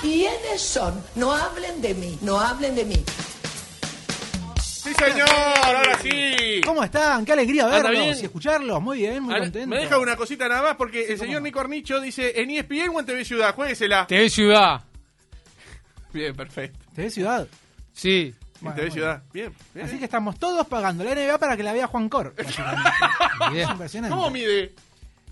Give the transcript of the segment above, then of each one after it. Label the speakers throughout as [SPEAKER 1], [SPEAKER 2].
[SPEAKER 1] ¿Quiénes son? No hablen de mí, no hablen de mí.
[SPEAKER 2] ¡Sí, señor! ¡Ahora sí!
[SPEAKER 3] ¿Cómo están? Qué alegría
[SPEAKER 2] ¿Anda
[SPEAKER 3] verlos
[SPEAKER 2] bien?
[SPEAKER 3] y escucharlos. Muy bien, muy
[SPEAKER 2] Ahora,
[SPEAKER 3] contento.
[SPEAKER 2] Me deja una cosita nada más porque el señor Nico Arnicho dice en E ESPN o en TV Ciudad, juéguesela.
[SPEAKER 4] TV Ciudad.
[SPEAKER 2] Bien, perfecto.
[SPEAKER 3] ¿Te ves ciudad?
[SPEAKER 4] Sí.
[SPEAKER 2] En
[SPEAKER 3] Bueno,
[SPEAKER 2] TV
[SPEAKER 3] bueno.
[SPEAKER 2] Ciudad. Bien, bien.
[SPEAKER 3] Así que estamos todos pagando la NBA para que la vea Juan Cor. básicamente.
[SPEAKER 4] Bien.
[SPEAKER 3] es impresionante.
[SPEAKER 2] ¿Cómo mide?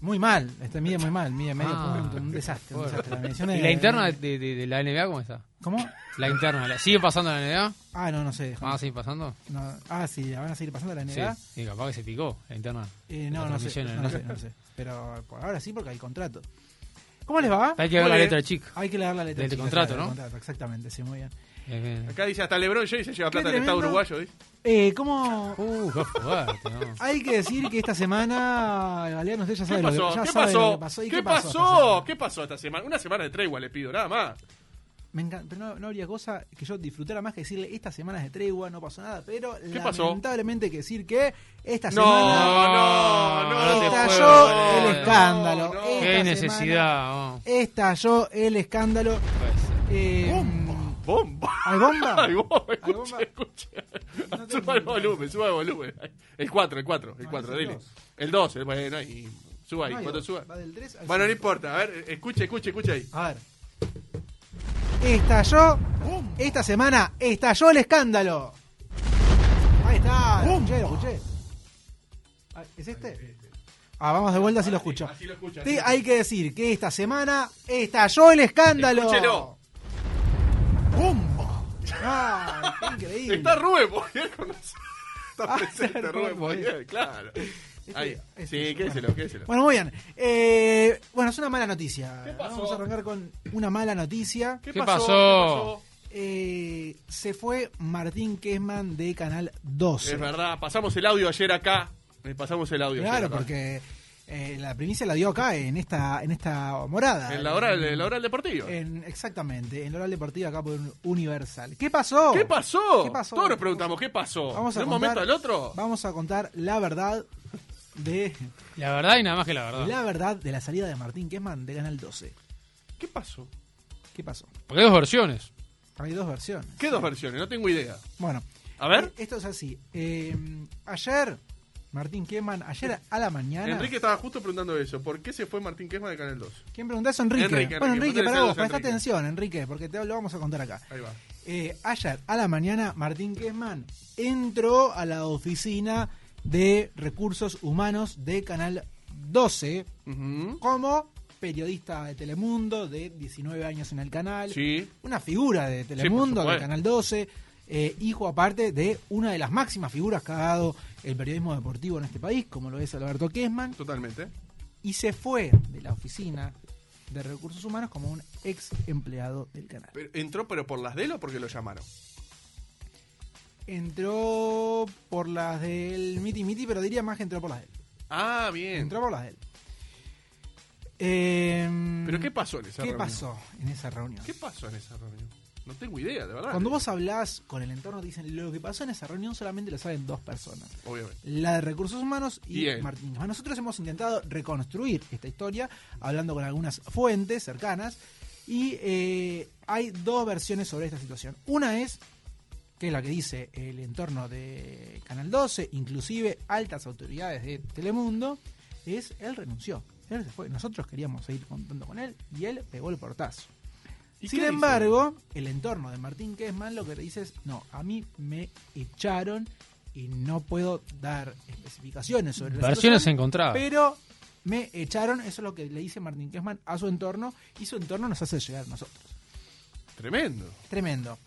[SPEAKER 3] Muy mal. Este mide muy mal. Mide medio
[SPEAKER 4] Ah.
[SPEAKER 3] punto. Un desastre. Un desastre. La medición
[SPEAKER 4] ¿Y
[SPEAKER 3] es-
[SPEAKER 4] la interna de, de- de la NBA cómo está?
[SPEAKER 3] ¿Cómo?
[SPEAKER 4] La interna. ¿la- ¿Sigue pasando la NBA?
[SPEAKER 3] Ah, no, no sé. déjame.
[SPEAKER 4] ¿Van a seguir pasando?
[SPEAKER 3] No, ah, sí, la van a seguir pasando la
[SPEAKER 4] Sí.
[SPEAKER 3] NBA.
[SPEAKER 4] Y capaz que se picó la interna.
[SPEAKER 3] Eh, no,
[SPEAKER 4] La
[SPEAKER 3] no sé,
[SPEAKER 4] transmisión en
[SPEAKER 3] no, no
[SPEAKER 4] la-
[SPEAKER 3] sé, no sé. Pero por ahora sí, porque hay contrato. ¿Cómo les va?
[SPEAKER 4] Hay que ver la
[SPEAKER 2] Muy bien.
[SPEAKER 4] letra chica.
[SPEAKER 3] Hay que leer la letra.
[SPEAKER 4] Del
[SPEAKER 3] chica,
[SPEAKER 4] contrato,
[SPEAKER 3] claro, del
[SPEAKER 4] ¿no?
[SPEAKER 3] contrato, exactamente, sí, muy bien.
[SPEAKER 4] Bien, bien.
[SPEAKER 2] Acá dice hasta Lebron James se lleva
[SPEAKER 3] Qué
[SPEAKER 2] plata del Estado
[SPEAKER 3] tremendo.
[SPEAKER 2] uruguayo. dice.
[SPEAKER 3] Eh, ¿Cómo...?
[SPEAKER 4] Uh, qué fuerte, ¿no?
[SPEAKER 3] Hay que decir que esta semana, Galeano, usted ya
[SPEAKER 2] ¿Qué
[SPEAKER 3] sabe lo
[SPEAKER 2] pasó?
[SPEAKER 3] que, ya
[SPEAKER 2] ¿Qué
[SPEAKER 3] sabe lo
[SPEAKER 2] pasó?
[SPEAKER 3] que pasó. ¿Y
[SPEAKER 2] ¿Qué
[SPEAKER 3] esta
[SPEAKER 2] pasó?
[SPEAKER 3] semana?
[SPEAKER 2] ¿Qué pasó esta semana? Una semana de tregua le pido, nada más.
[SPEAKER 3] Me encanta, pero no, no habría cosa que yo disfrutara más que decirle esta semana es de tregua, no pasó nada, pero
[SPEAKER 2] pasó?
[SPEAKER 3] lamentablemente hay que decir que esta
[SPEAKER 2] No,
[SPEAKER 3] semana
[SPEAKER 2] no, no.
[SPEAKER 4] no te
[SPEAKER 3] estalló
[SPEAKER 4] puedo
[SPEAKER 3] el
[SPEAKER 4] creer.
[SPEAKER 3] escándalo.
[SPEAKER 2] No, no.
[SPEAKER 3] Esta
[SPEAKER 4] Qué
[SPEAKER 3] semana
[SPEAKER 4] necesidad. oh.
[SPEAKER 3] Estalló el escándalo.
[SPEAKER 4] Pues,
[SPEAKER 3] Eh,
[SPEAKER 2] ¡Bomba!
[SPEAKER 3] ¿Hay bomba?
[SPEAKER 2] Ay, bomba,
[SPEAKER 3] Ay,
[SPEAKER 2] escucha,
[SPEAKER 3] bomba.
[SPEAKER 2] escucha.
[SPEAKER 3] No tengo
[SPEAKER 2] suba el
[SPEAKER 3] ni idea.
[SPEAKER 2] volumen, suba el volumen. El 4, el 4, el 4,
[SPEAKER 3] es el
[SPEAKER 2] dile.
[SPEAKER 3] dos.
[SPEAKER 2] El 2, bueno, ahí. Suba ahí,
[SPEAKER 3] No hay
[SPEAKER 2] cuando
[SPEAKER 3] dos,
[SPEAKER 2] suba.
[SPEAKER 3] va del tres al
[SPEAKER 2] Bueno, no
[SPEAKER 3] cinco.
[SPEAKER 2] importa, a ver, escuche, escuche, escuche ahí.
[SPEAKER 3] A ver. Estalló. Esta semana estalló el escándalo. Ahí está. Lo escuché, lo escuché. Ah, ¿Es este? Ah, vamos de vuelta si lo escucho.
[SPEAKER 2] así lo escucha, así
[SPEAKER 3] Sí,
[SPEAKER 2] lo
[SPEAKER 3] hay que decir que esta semana estalló el escándalo.
[SPEAKER 2] Escúchelo.
[SPEAKER 3] ¡Bumbo! ¡Ay, qué increíble!
[SPEAKER 2] Está Rubén Boyer con nosotros. Está
[SPEAKER 3] Ah,
[SPEAKER 2] presente
[SPEAKER 3] está
[SPEAKER 2] Rubén
[SPEAKER 3] Rubén Boyer.
[SPEAKER 2] Boyer, claro. Ahí.
[SPEAKER 3] este
[SPEAKER 2] Sí,
[SPEAKER 3] es-
[SPEAKER 2] quédeselo, quédeselo.
[SPEAKER 3] Bueno, muy bien. Eh, bueno, es una mala noticia.
[SPEAKER 2] ¿Qué pasó?
[SPEAKER 3] Vamos a arrancar con una mala noticia.
[SPEAKER 4] ¿Qué pasó?
[SPEAKER 3] Eh, se fue Martín Kesman de Canal 12.
[SPEAKER 2] Es verdad, pasamos el audio ayer acá. Eh, Pasamos el audio ayer
[SPEAKER 3] Claro,
[SPEAKER 2] acá.
[SPEAKER 3] porque eh, la primicia la dio acá, en esta, en esta morada.
[SPEAKER 2] En la hora, en la hora del deportivo.
[SPEAKER 3] En- exactamente, en la hora deportiva acá por Universal. ¿Qué pasó?
[SPEAKER 2] ¿Qué pasó?
[SPEAKER 3] ¿Qué pasó?
[SPEAKER 2] Todos nos preguntamos, ¿qué pasó?
[SPEAKER 3] Vamos a
[SPEAKER 2] ¿De un
[SPEAKER 3] contar-
[SPEAKER 2] momento al otro?
[SPEAKER 3] Vamos a contar la verdad de
[SPEAKER 4] La verdad y nada más que la
[SPEAKER 2] Ah.
[SPEAKER 4] verdad.
[SPEAKER 3] la verdad de la salida de Martín Kesman de Canal 12.
[SPEAKER 2] ¿Qué pasó?
[SPEAKER 3] ¿Qué pasó?
[SPEAKER 4] Porque hay dos versiones.
[SPEAKER 3] Hay dos versiones.
[SPEAKER 2] ¿Qué dos versiones? No tengo idea.
[SPEAKER 3] Bueno,
[SPEAKER 2] A ver.
[SPEAKER 3] esto es así. Eh, ayer, Martín Kesman, ayer a la mañana.
[SPEAKER 2] Enrique estaba justo preguntando eso. ¿Por qué se fue Martín Quesma de Canal 2?
[SPEAKER 3] ¿Quién preguntás? Enrique.
[SPEAKER 2] Enrique, Enrique,
[SPEAKER 3] bueno, Enrique,
[SPEAKER 2] ponele
[SPEAKER 3] para
[SPEAKER 2] saludos
[SPEAKER 3] vos,
[SPEAKER 2] a
[SPEAKER 3] presta
[SPEAKER 2] Enrique.
[SPEAKER 3] atención, Enrique, porque te lo vamos a contar acá.
[SPEAKER 2] Ahí va.
[SPEAKER 3] Eh, ayer a la mañana, Martín Kesman entró a la oficina de recursos humanos de Canal 12 como periodista de Telemundo de 19 años en el canal.
[SPEAKER 2] Sí.
[SPEAKER 3] Una figura de
[SPEAKER 2] por
[SPEAKER 3] Telemundo, de
[SPEAKER 2] supuesto.
[SPEAKER 3] Canal 12. eh, hijo aparte de una de las máximas figuras que ha dado el periodismo deportivo en este país, como lo es Alberto Kesman
[SPEAKER 2] Totalmente.
[SPEAKER 3] y se fue de la oficina de recursos humanos como un ex empleado del canal.
[SPEAKER 2] Pero- ¿Entró pero por las de él o porque lo llamaron?
[SPEAKER 3] Entró por las del Miti Miti, pero diría más que entró por las de él.
[SPEAKER 2] Ah, bien.
[SPEAKER 3] Entró por las de él. Eh,
[SPEAKER 2] ¿Pero qué pasó en esa
[SPEAKER 3] ¿Qué
[SPEAKER 2] reunión?
[SPEAKER 3] pasó en esa reunión?
[SPEAKER 2] ¿Qué pasó en esa reunión? No tengo idea, de verdad.
[SPEAKER 3] Cuando vos hablás con el entorno, te dicen lo que pasó en esa reunión solamente lo saben dos personas.
[SPEAKER 2] Obviamente.
[SPEAKER 3] la de recursos humanos y
[SPEAKER 2] Y él.
[SPEAKER 3] Martín. Guzmán. Nosotros hemos intentado reconstruir esta historia hablando con algunas fuentes cercanas y eh, hay dos versiones sobre esta situación. Una es que es la que dice el entorno de Canal 12, inclusive altas autoridades de Telemundo, es él renunció. Él se fue. Nosotros queríamos seguir contando con él y él pegó el portazo.
[SPEAKER 2] ¿Y
[SPEAKER 3] Sin
[SPEAKER 2] qué dice?
[SPEAKER 3] embargo, el entorno de Martín Kesman lo que le dice es, no, a mí me echaron y no puedo dar especificaciones sobre la
[SPEAKER 4] Versiones
[SPEAKER 3] situación,
[SPEAKER 4] encontradas.
[SPEAKER 3] Pero me echaron, eso es lo que le dice Martín Kesman a su entorno y su entorno nos hace llegar a nosotros.
[SPEAKER 2] Tremendo.
[SPEAKER 3] Tremendo.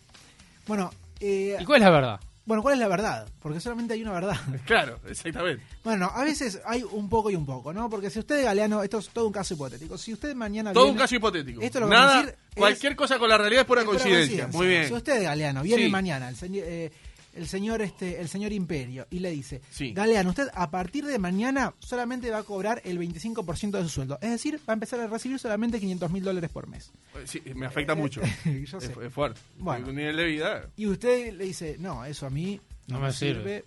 [SPEAKER 3] Bueno, eh,
[SPEAKER 4] ¿Y cuál es la verdad?
[SPEAKER 3] Bueno, ¿cuál es la verdad? Porque solamente hay una verdad.
[SPEAKER 2] Claro, exactamente.
[SPEAKER 3] Bueno, a veces hay un poco y un poco, ¿no? Porque si usted, Galeano, esto es todo un caso hipotético. Si usted mañana.
[SPEAKER 2] Todo un
[SPEAKER 3] viene-
[SPEAKER 2] caso hipotético.
[SPEAKER 3] Esto lo que
[SPEAKER 2] Nada,
[SPEAKER 3] vamos a decir es-
[SPEAKER 2] cualquier cosa con la realidad es pura
[SPEAKER 3] Pero
[SPEAKER 2] coincidencia. Muy bien.
[SPEAKER 3] Si usted, Galeano, viene
[SPEAKER 2] Sí.
[SPEAKER 3] mañana, el, señor- eh, el señor este, el señor Imperio, y le dice,
[SPEAKER 2] Sí.
[SPEAKER 3] Galeano, usted a partir de mañana solamente va a cobrar el 25% de su sueldo. Es decir, va a empezar a recibir solamente 500 mil dólares por mes.
[SPEAKER 2] Sí, me afecta mucho.
[SPEAKER 3] Yo sé.
[SPEAKER 2] Es, es fuerte.
[SPEAKER 3] Bueno.
[SPEAKER 2] Un nivel de vida.
[SPEAKER 3] Y usted le dice, no, eso a mí no,
[SPEAKER 4] No
[SPEAKER 3] me
[SPEAKER 4] me
[SPEAKER 3] sirve.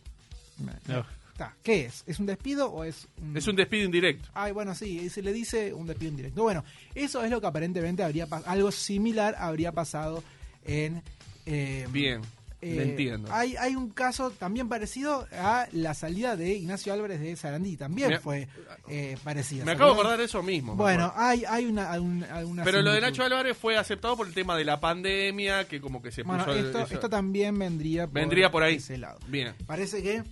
[SPEAKER 4] sirve.
[SPEAKER 3] Me-
[SPEAKER 4] No.
[SPEAKER 3] Ta, ¿Qué es? ¿Es un despido o es un...
[SPEAKER 2] Es un despido indirecto.
[SPEAKER 3] Ay, bueno, sí, y se le dice un despido indirecto. Bueno, eso es lo que aparentemente habría pas- algo similar habría pasado en... eh,
[SPEAKER 2] Bien.
[SPEAKER 3] eh,
[SPEAKER 2] le entiendo.
[SPEAKER 3] Hay, hay un caso también parecido a la salida de Ignacio Álvarez de Sarandí. También
[SPEAKER 2] Me-
[SPEAKER 3] fue eh, parecida.
[SPEAKER 2] me
[SPEAKER 3] ¿se
[SPEAKER 2] acabo de
[SPEAKER 3] acuerdan?
[SPEAKER 2] acordar de eso mismo. me
[SPEAKER 3] Bueno,
[SPEAKER 2] acuerdo.
[SPEAKER 3] ah, hay, hay una, hay una- hay una
[SPEAKER 2] Pero lo de
[SPEAKER 3] similitud.
[SPEAKER 2] Nacho Álvarez fue aceptado por el tema de la pandemia, que como que se
[SPEAKER 3] Bueno,
[SPEAKER 2] puso... el-
[SPEAKER 3] esto,
[SPEAKER 2] eso-
[SPEAKER 3] esto también vendría por,
[SPEAKER 2] Vendría por ahí.
[SPEAKER 3] ese lado.
[SPEAKER 2] Bien.
[SPEAKER 3] Parece que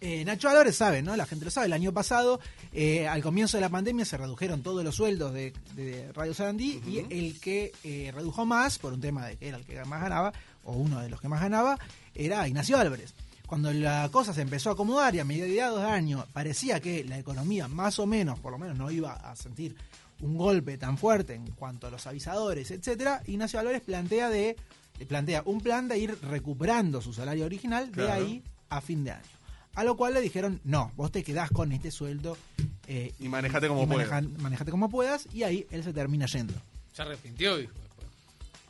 [SPEAKER 3] eh, Nacho Álvarez sabe, ¿no? La gente lo sabe. El año pasado, eh, al comienzo de la pandemia, se redujeron todos los sueldos de, de Radio Sarandí y el que eh, redujo más, por un tema de que era el que más ganaba, o uno de los que más ganaba, era Ignacio Álvarez. Cuando la cosa se empezó a acomodar y a mediados de año parecía que la economía más o menos, por lo menos no iba a sentir un golpe tan fuerte en cuanto a los avisadores, etcétera, Ignacio Álvarez plantea de le plantea un plan de ir recuperando su salario original de
[SPEAKER 2] Claro.
[SPEAKER 3] ahí a fin de año. A lo cual le dijeron, no, vos te quedás con este sueldo eh,
[SPEAKER 2] Y manejate como puedas.
[SPEAKER 3] manejan- manejate como puedas y ahí él se termina yendo.
[SPEAKER 4] Se arrepintió, dijo. después,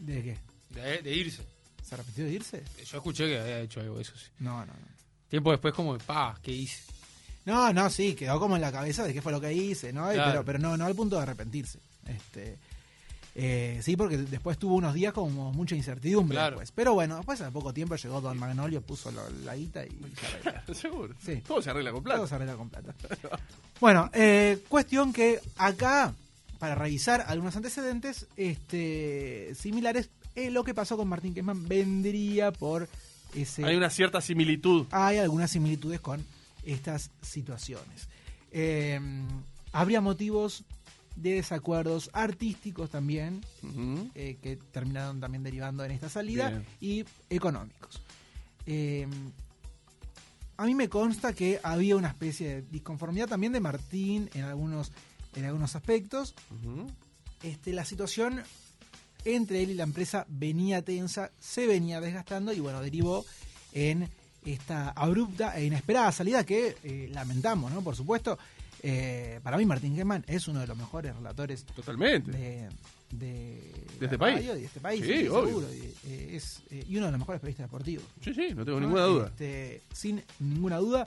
[SPEAKER 3] ¿De qué?
[SPEAKER 4] De, de irse.
[SPEAKER 3] ¿Se arrepintió de irse?
[SPEAKER 4] Yo escuché que había hecho algo, eso sí.
[SPEAKER 3] No, no, no.
[SPEAKER 4] Tiempo después, como, pa, ¿qué hice?
[SPEAKER 3] No, no, sí, quedó como en la cabeza de qué fue lo que hice, ¿no? Eh,
[SPEAKER 4] Claro.
[SPEAKER 3] Pero, pero no, no al punto de arrepentirse. Este, eh, sí, porque después tuvo unos días como mucha incertidumbre
[SPEAKER 4] Claro.
[SPEAKER 3] después. Pero bueno, después a poco tiempo llegó Don Magnolio, puso lo- la guita y se arregló.
[SPEAKER 2] Seguro.
[SPEAKER 3] Sí.
[SPEAKER 2] Todo se arregla con plata.
[SPEAKER 3] Todo se arregla con plata. Bueno, eh, cuestión que acá, para revisar algunos antecedentes este, similares, eh, lo que pasó con Martín Kessman vendría por ese...
[SPEAKER 2] Hay una cierta similitud.
[SPEAKER 3] hay algunas similitudes con estas situaciones. Eh, habría motivos de desacuerdos artísticos también,
[SPEAKER 2] Ujú.
[SPEAKER 3] eh, que terminaron también derivando en esta salida,
[SPEAKER 2] Bien.
[SPEAKER 3] y económicos. Eh, a mí me consta que había una especie de disconformidad también de Martín en algunos, en algunos aspectos.
[SPEAKER 2] Ujú.
[SPEAKER 3] Este, la situación entre él y la empresa venía tensa, se venía desgastando y bueno, derivó en esta abrupta e inesperada salida que eh, lamentamos, ¿no? Por supuesto, eh, para mí Martín Germán es uno de los mejores relatores
[SPEAKER 2] Totalmente.
[SPEAKER 3] de, de,
[SPEAKER 2] De este
[SPEAKER 3] la
[SPEAKER 2] país.
[SPEAKER 3] radio y de este país,
[SPEAKER 2] Sí,
[SPEAKER 3] sí,
[SPEAKER 2] obvio.
[SPEAKER 3] seguro, y, eh, es, eh, y uno de los mejores periodistas deportivos.
[SPEAKER 2] Sí, sí, no tengo
[SPEAKER 3] ¿no?
[SPEAKER 2] ninguna duda.
[SPEAKER 3] Este, sin ninguna duda.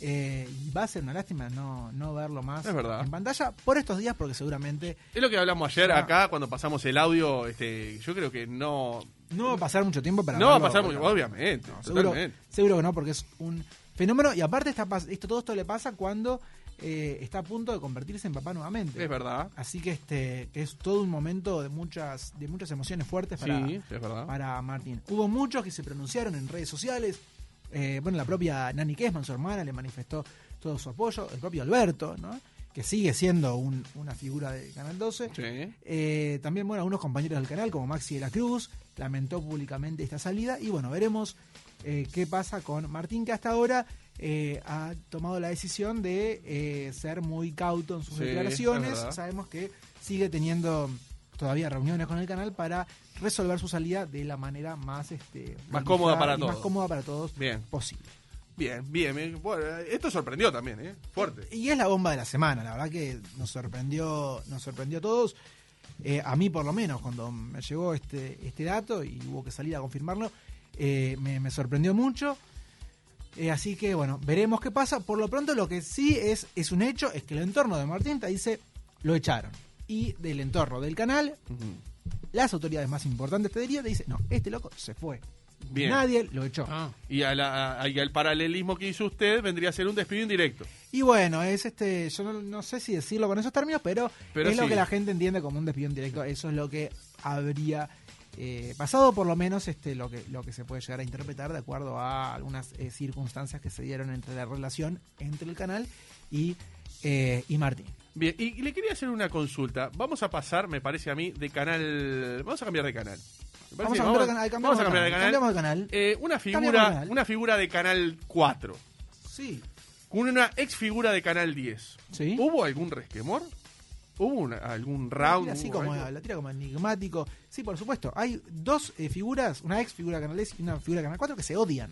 [SPEAKER 3] eh, y va a ser una lástima no, no verlo más
[SPEAKER 2] Es verdad.
[SPEAKER 3] en pantalla por estos días, porque seguramente
[SPEAKER 2] Es lo que hablamos ayer
[SPEAKER 3] Ah.
[SPEAKER 2] acá cuando pasamos el audio. Este, yo creo que no.
[SPEAKER 3] no va a pasar mucho tiempo para
[SPEAKER 2] No va a
[SPEAKER 3] verlo,
[SPEAKER 2] pasar mucho,
[SPEAKER 3] bueno,
[SPEAKER 2] obviamente.
[SPEAKER 3] no, seguro,
[SPEAKER 2] totalmente.
[SPEAKER 3] seguro que no, porque es un fenómeno. Y aparte, está, pas- esto, todo esto le pasa cuando eh, está a punto de convertirse en papá nuevamente.
[SPEAKER 2] Es verdad.
[SPEAKER 3] Así que este que es todo un momento de muchas, de muchas emociones fuertes para,
[SPEAKER 2] sí, es verdad.
[SPEAKER 3] para Martín. Hubo muchos que se pronunciaron en redes sociales. Eh, bueno, la propia Nani Kessman, su hermana, le manifestó todo su apoyo. El propio Alberto, ¿no? que sigue siendo un- una figura de Canal 12.
[SPEAKER 2] Sí.
[SPEAKER 3] Eh, también, bueno, algunos compañeros del canal, como Maxi de la Cruz, lamentó públicamente esta salida. Y bueno, veremos eh, qué pasa con Martín, que hasta ahora eh, ha tomado la decisión de eh, ser muy cauto en sus
[SPEAKER 2] Sí, es
[SPEAKER 3] declaraciones.
[SPEAKER 2] verdad.
[SPEAKER 3] Sabemos que sigue teniendo todavía reuniones con el canal para resolver su salida de la manera más este
[SPEAKER 2] Más cómoda
[SPEAKER 3] organizada
[SPEAKER 2] para
[SPEAKER 3] y
[SPEAKER 2] todos.
[SPEAKER 3] más cómoda para todos
[SPEAKER 2] Bien.
[SPEAKER 3] posible
[SPEAKER 2] Bien, bien, bien. Bueno, esto sorprendió también, ¿eh? Fuerte.
[SPEAKER 3] Y es la bomba de la semana, la verdad que nos sorprendió, nos sorprendió a todos. Eh, a mí por lo menos, cuando me llegó este, este dato y hubo que salir a confirmarlo, eh, me, me sorprendió mucho. Eh, así que bueno, veremos qué pasa. Por lo pronto lo que sí es, es un hecho es que el entorno de Martín te dice lo echaron. Y del entorno del canal, las autoridades más importantes te diría, te dicen, no, este loco se fue.
[SPEAKER 2] Bien.
[SPEAKER 3] Nadie lo echó.
[SPEAKER 4] Ah,
[SPEAKER 2] Y, a la- a- y al paralelismo que hizo usted vendría a ser un despido indirecto.
[SPEAKER 3] Y bueno, es este, yo no, no sé si decirlo con esos términos, pero,
[SPEAKER 2] Pero
[SPEAKER 3] es lo
[SPEAKER 2] sí.
[SPEAKER 3] que la gente entiende como un despido indirecto. Eso es lo que habría eh, pasado, por lo menos este, lo que lo que se puede llegar a interpretar de acuerdo a algunas eh, circunstancias que se dieron entre la relación entre el canal y, eh, y Martín.
[SPEAKER 2] Bien, y, y le quería hacer una consulta. Vamos a pasar, me parece a mí, de canal. Vamos a cambiar de canal. Me
[SPEAKER 3] Vamos
[SPEAKER 2] parece que
[SPEAKER 3] a cambiar de canal, cambiamos
[SPEAKER 2] vamos a cambiar de canal.
[SPEAKER 3] cambiamos de canal.
[SPEAKER 2] Eh, una,
[SPEAKER 3] Cambiamos de
[SPEAKER 2] figura,
[SPEAKER 3] canal.
[SPEAKER 2] una figura de Canal 4
[SPEAKER 3] Sí.
[SPEAKER 2] con una ex figura de Canal 10.
[SPEAKER 3] Sí.
[SPEAKER 2] ¿Hubo algún resquemor? ¿Hubo una- algún round?
[SPEAKER 3] Mira así
[SPEAKER 2] ¿Hubo
[SPEAKER 3] como,
[SPEAKER 2] algo?
[SPEAKER 3] la tira como enigmático. Sí, por supuesto. Hay dos eh, figuras, una ex figura de Canal 10 y una figura de Canal 4 que se odian.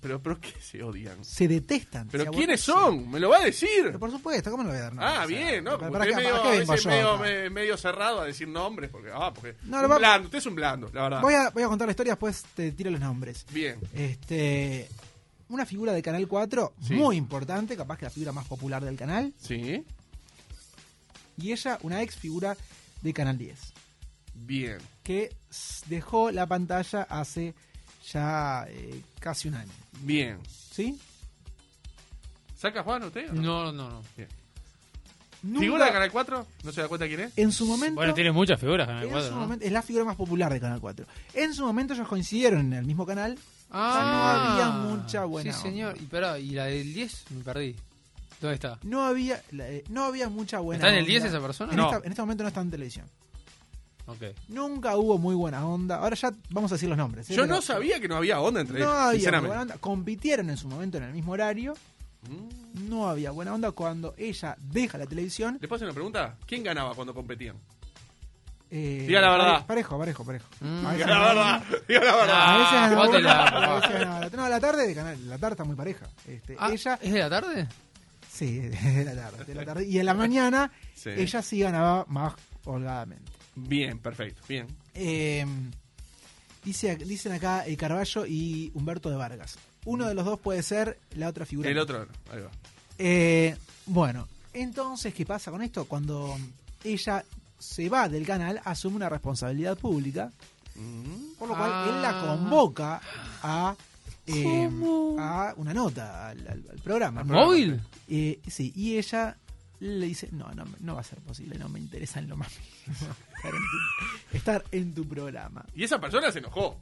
[SPEAKER 2] Pero, pero que se odian.
[SPEAKER 3] Se detestan.
[SPEAKER 2] ¿Pero
[SPEAKER 3] se
[SPEAKER 2] quiénes
[SPEAKER 3] aborrecen.
[SPEAKER 2] son? ¿Me lo va a decir?
[SPEAKER 3] Pero por supuesto, ¿cómo no lo voy a
[SPEAKER 2] ah,
[SPEAKER 3] dar? nombre? O sea,
[SPEAKER 2] bien, ¿no?
[SPEAKER 3] ¿para-
[SPEAKER 2] Como
[SPEAKER 3] para
[SPEAKER 2] usted es
[SPEAKER 3] qué-
[SPEAKER 2] medio,
[SPEAKER 3] para qué
[SPEAKER 2] a
[SPEAKER 3] vengo
[SPEAKER 2] veces
[SPEAKER 3] yo
[SPEAKER 2] medio,
[SPEAKER 3] acá?
[SPEAKER 2] me- medio cerrado a decir nombres, porque, ah, porque
[SPEAKER 3] No,
[SPEAKER 2] un
[SPEAKER 3] lo va-
[SPEAKER 2] blando, usted es un blando, la verdad.
[SPEAKER 3] Voy a, voy a contar la historia, después te tiro los nombres.
[SPEAKER 2] Bien.
[SPEAKER 3] Este, una figura de Canal 4
[SPEAKER 2] Sí.
[SPEAKER 3] muy importante, capaz que la figura más popular del canal,
[SPEAKER 2] Sí,
[SPEAKER 3] y ella una ex figura de Canal 10,
[SPEAKER 2] bien.
[SPEAKER 3] que s- dejó la pantalla hace ya eh, casi un año.
[SPEAKER 2] Bien.
[SPEAKER 3] ¿Sí?
[SPEAKER 2] ¿Saca Juan usted? o no?
[SPEAKER 4] No, no, no.
[SPEAKER 2] ¿Figura
[SPEAKER 3] Nunca-
[SPEAKER 2] de Canal 4? ¿No se da cuenta quién es?
[SPEAKER 3] En su momento...
[SPEAKER 4] Bueno, tiene muchas figuras Canal
[SPEAKER 3] en
[SPEAKER 4] 4,
[SPEAKER 3] su
[SPEAKER 4] ¿no?
[SPEAKER 3] momento- es la figura más popular de Canal 4. En su momento ellos coincidieron en el mismo canal. O sea, no había mucha buena
[SPEAKER 4] Ah, Sí,
[SPEAKER 3] onda.
[SPEAKER 4] señor. Y pará, y la del 10 me perdí. ¿Dónde está?
[SPEAKER 3] No había, la- eh, no había mucha buena
[SPEAKER 4] ¿Está en el
[SPEAKER 3] onda.
[SPEAKER 4] 10 esa persona?
[SPEAKER 3] En,
[SPEAKER 2] No.
[SPEAKER 3] esta- en este momento no está en televisión.
[SPEAKER 4] Ok.
[SPEAKER 3] Nunca hubo muy buena onda. Ahora ya vamos a decir los nombres. ¿eh?
[SPEAKER 2] Yo
[SPEAKER 3] Pero
[SPEAKER 2] no sabía que no había onda entre
[SPEAKER 3] No
[SPEAKER 2] ellos,
[SPEAKER 3] había muy buena
[SPEAKER 2] sinceramente.
[SPEAKER 3] onda. Compitieron en su momento en el mismo horario.
[SPEAKER 2] Mm.
[SPEAKER 3] No había buena onda. Cuando ella deja la televisión.
[SPEAKER 2] ¿Les paso una pregunta? ¿Quién ganaba cuando competían?
[SPEAKER 3] eh,
[SPEAKER 2] Diga la verdad. Mm.
[SPEAKER 3] Parejo, parejo, parejo. A veces
[SPEAKER 2] Diga la
[SPEAKER 3] ganaba una,
[SPEAKER 2] verdad, diga la verdad.
[SPEAKER 3] a veces ganaba
[SPEAKER 4] Bótela,
[SPEAKER 3] una,
[SPEAKER 4] por
[SPEAKER 3] a
[SPEAKER 4] favor.
[SPEAKER 3] veces ganaba la otra. No, la tarde de canal. La tarde está muy pareja. Este,
[SPEAKER 4] Ah,
[SPEAKER 3] ella.
[SPEAKER 4] ¿Es de la tarde?
[SPEAKER 3] Sí, de la tarde, de la tarde. Y en la mañana.
[SPEAKER 2] Sí.
[SPEAKER 3] Ella sí ganaba más holgadamente.
[SPEAKER 2] Bien, perfecto, bien.
[SPEAKER 3] Eh, dice, dicen acá eh, Carballo y Humberto de Vargas. Uno de los dos puede ser la otra figura.
[SPEAKER 2] El otro, ahí va.
[SPEAKER 3] Eh, bueno, entonces, ¿qué pasa con esto? Cuando ella se va del canal, asume una responsabilidad pública,
[SPEAKER 2] Mm.
[SPEAKER 3] por lo cual
[SPEAKER 4] Ah.
[SPEAKER 3] él la convoca a, eh, a una nota, al, al- al programa.
[SPEAKER 4] ¿Al móvil?
[SPEAKER 3] Eh, sí, y ella le dice, no, no, no va a ser posible, no me interesa en lo más mínimo estar en tu- estar en tu programa.
[SPEAKER 2] Y esa persona se enojó.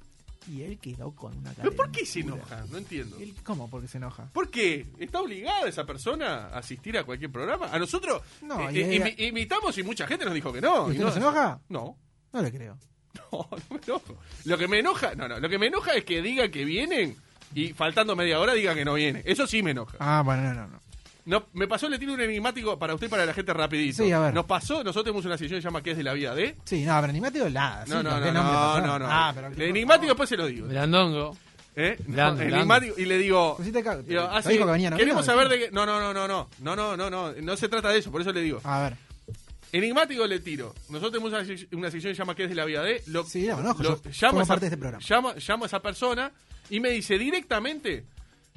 [SPEAKER 3] Y él quedó con una cara.
[SPEAKER 2] ¿Pero
[SPEAKER 3] de
[SPEAKER 2] por qué se
[SPEAKER 3] locura.
[SPEAKER 2] enoja? No entiendo.
[SPEAKER 3] Él- ¿Cómo? Porque se enoja.
[SPEAKER 2] ¿Por qué? ¿Está obligada esa persona a asistir a cualquier programa? A nosotros
[SPEAKER 3] No,
[SPEAKER 2] eh,
[SPEAKER 3] y
[SPEAKER 2] eh,
[SPEAKER 3] ella-
[SPEAKER 2] imi- imitamos y mucha gente nos dijo que no.
[SPEAKER 3] ¿Y usted no
[SPEAKER 2] nos-
[SPEAKER 3] se enoja?
[SPEAKER 2] No.
[SPEAKER 3] No le creo.
[SPEAKER 2] No, no me enojo. Lo que me enoja, no, no, lo que me enoja es que diga que vienen y faltando media hora diga que no viene. Eso sí me enoja.
[SPEAKER 3] Ah, bueno, no, no, no.
[SPEAKER 2] No, me pasó, le tiro un enigmático para usted y para la gente rapidito.
[SPEAKER 3] Sí, a ver.
[SPEAKER 2] Nos pasó, nosotros tenemos una sesión que se llama ¿Qué es de la vida de?
[SPEAKER 3] Sí, no, pero enigmático nada. sí,
[SPEAKER 2] No, no, no,
[SPEAKER 3] conté
[SPEAKER 2] no,
[SPEAKER 3] nombres,
[SPEAKER 2] no, no,
[SPEAKER 3] pero-
[SPEAKER 2] no.
[SPEAKER 3] Ah, pero.
[SPEAKER 2] El enigmático después se lo digo.
[SPEAKER 4] Blandongo.
[SPEAKER 2] ¿Eh? No,
[SPEAKER 4] Blando,
[SPEAKER 2] enigmático. Y le digo.
[SPEAKER 3] Pues sí te cago,
[SPEAKER 2] digo,
[SPEAKER 3] te-
[SPEAKER 2] ah,
[SPEAKER 3] te
[SPEAKER 2] sí,
[SPEAKER 3] dijo que venía, ¿no?
[SPEAKER 2] queremos
[SPEAKER 3] Vino,
[SPEAKER 2] saber de
[SPEAKER 3] dijo.
[SPEAKER 2] qué. No, no, no, no, no. No, no, no, no. No se trata de eso, por eso le digo.
[SPEAKER 3] A ver.
[SPEAKER 2] Enigmático le tiro. Nosotros tenemos una, sec- una sección que se llama ¿Qué es de la vida de? Lo,
[SPEAKER 3] Sí, la conozco, yo formo
[SPEAKER 2] a esa-
[SPEAKER 3] parte de este programa.
[SPEAKER 2] Llamo, llamo a esa persona y me dice directamente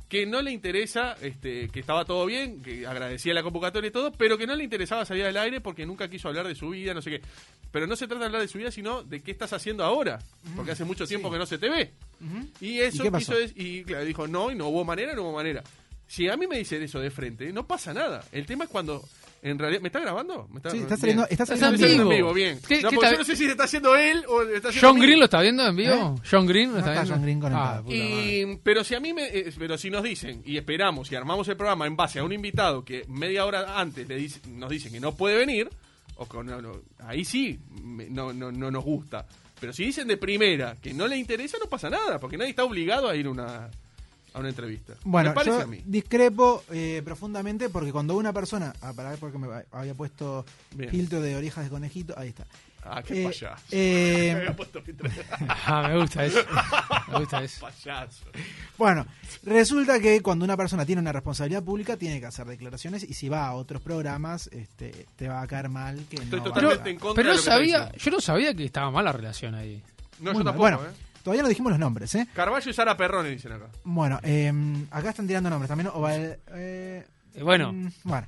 [SPEAKER 2] que no le interesa, este, que estaba todo bien, que agradecía la convocatoria y todo, pero que no le interesaba salir al aire porque nunca quiso hablar de su vida, no sé qué. Pero no se trata de hablar de su vida, sino de qué estás haciendo ahora, porque hace mucho tiempo que no se te ve. Y eso
[SPEAKER 3] qué pasó?
[SPEAKER 2] quiso es- y claro, dijo, no, y no hubo manera, no hubo manera. Si a mí me dicen eso de frente, no pasa nada. El tema es cuando, en realidad, ¿me está grabando? ¿Me
[SPEAKER 3] Sí, está
[SPEAKER 2] bien.
[SPEAKER 3] saliendo. Está
[SPEAKER 4] Estás
[SPEAKER 3] saliendo
[SPEAKER 4] en
[SPEAKER 2] Está saliendo
[SPEAKER 4] vivo.
[SPEAKER 2] en vivo, bien.
[SPEAKER 4] ¿Qué-
[SPEAKER 2] No,
[SPEAKER 4] qué
[SPEAKER 2] porque
[SPEAKER 4] está-
[SPEAKER 2] yo no sé si lo está haciendo él o lo está haciendo
[SPEAKER 4] ¿John
[SPEAKER 2] a mí.
[SPEAKER 4] Green lo está viendo en vivo? ¿John Green lo
[SPEAKER 3] ¿Eh? No
[SPEAKER 4] está
[SPEAKER 3] está
[SPEAKER 4] viendo?
[SPEAKER 3] John Green conectado.
[SPEAKER 4] Ah, puta madre.
[SPEAKER 2] Y, pero si a mí me, eh, pero si nos dicen y esperamos y armamos el programa en base a un invitado que media hora antes le dice- nos dicen que no puede venir, o que no- no- ahí sí me- no, no, no nos gusta. Pero si dicen de primera que no le interesa, no pasa nada, porque nadie está obligado a ir a una, a una entrevista.
[SPEAKER 3] Bueno,
[SPEAKER 2] me parece
[SPEAKER 3] yo
[SPEAKER 2] a mí.
[SPEAKER 3] discrepo eh, profundamente porque cuando una persona. Ah, para ver porque me va- había puesto
[SPEAKER 2] Bien.
[SPEAKER 3] filtro de orejas de conejito. Ahí está.
[SPEAKER 2] Ah, qué
[SPEAKER 3] Eh,
[SPEAKER 2] payaso. Me
[SPEAKER 3] eh,
[SPEAKER 2] había puesto filtro.
[SPEAKER 4] Ajá, Ah, me gusta eso. Me gusta eso.
[SPEAKER 2] payaso.
[SPEAKER 3] bueno, resulta que cuando una persona tiene una responsabilidad pública tiene que hacer declaraciones y si va a otros programas este, te va a caer mal. Que
[SPEAKER 2] Estoy
[SPEAKER 3] no va-
[SPEAKER 2] totalmente en contra
[SPEAKER 4] Pero
[SPEAKER 2] de lo
[SPEAKER 4] no
[SPEAKER 2] que está
[SPEAKER 4] sabía,
[SPEAKER 2] diciendo.
[SPEAKER 4] yo no sabía que estaba mal la relación ahí.
[SPEAKER 2] No,
[SPEAKER 3] Muy
[SPEAKER 2] yo
[SPEAKER 3] mal.
[SPEAKER 2] tampoco,
[SPEAKER 3] Bueno,
[SPEAKER 2] ¿eh?
[SPEAKER 3] todavía no dijimos los nombres, ¿eh?
[SPEAKER 2] Carballo y Sara Perrone dicen acá.
[SPEAKER 3] Bueno, eh, acá están tirando nombres también. Oval, eh,
[SPEAKER 4] Eh, bueno.
[SPEAKER 3] mm, bueno.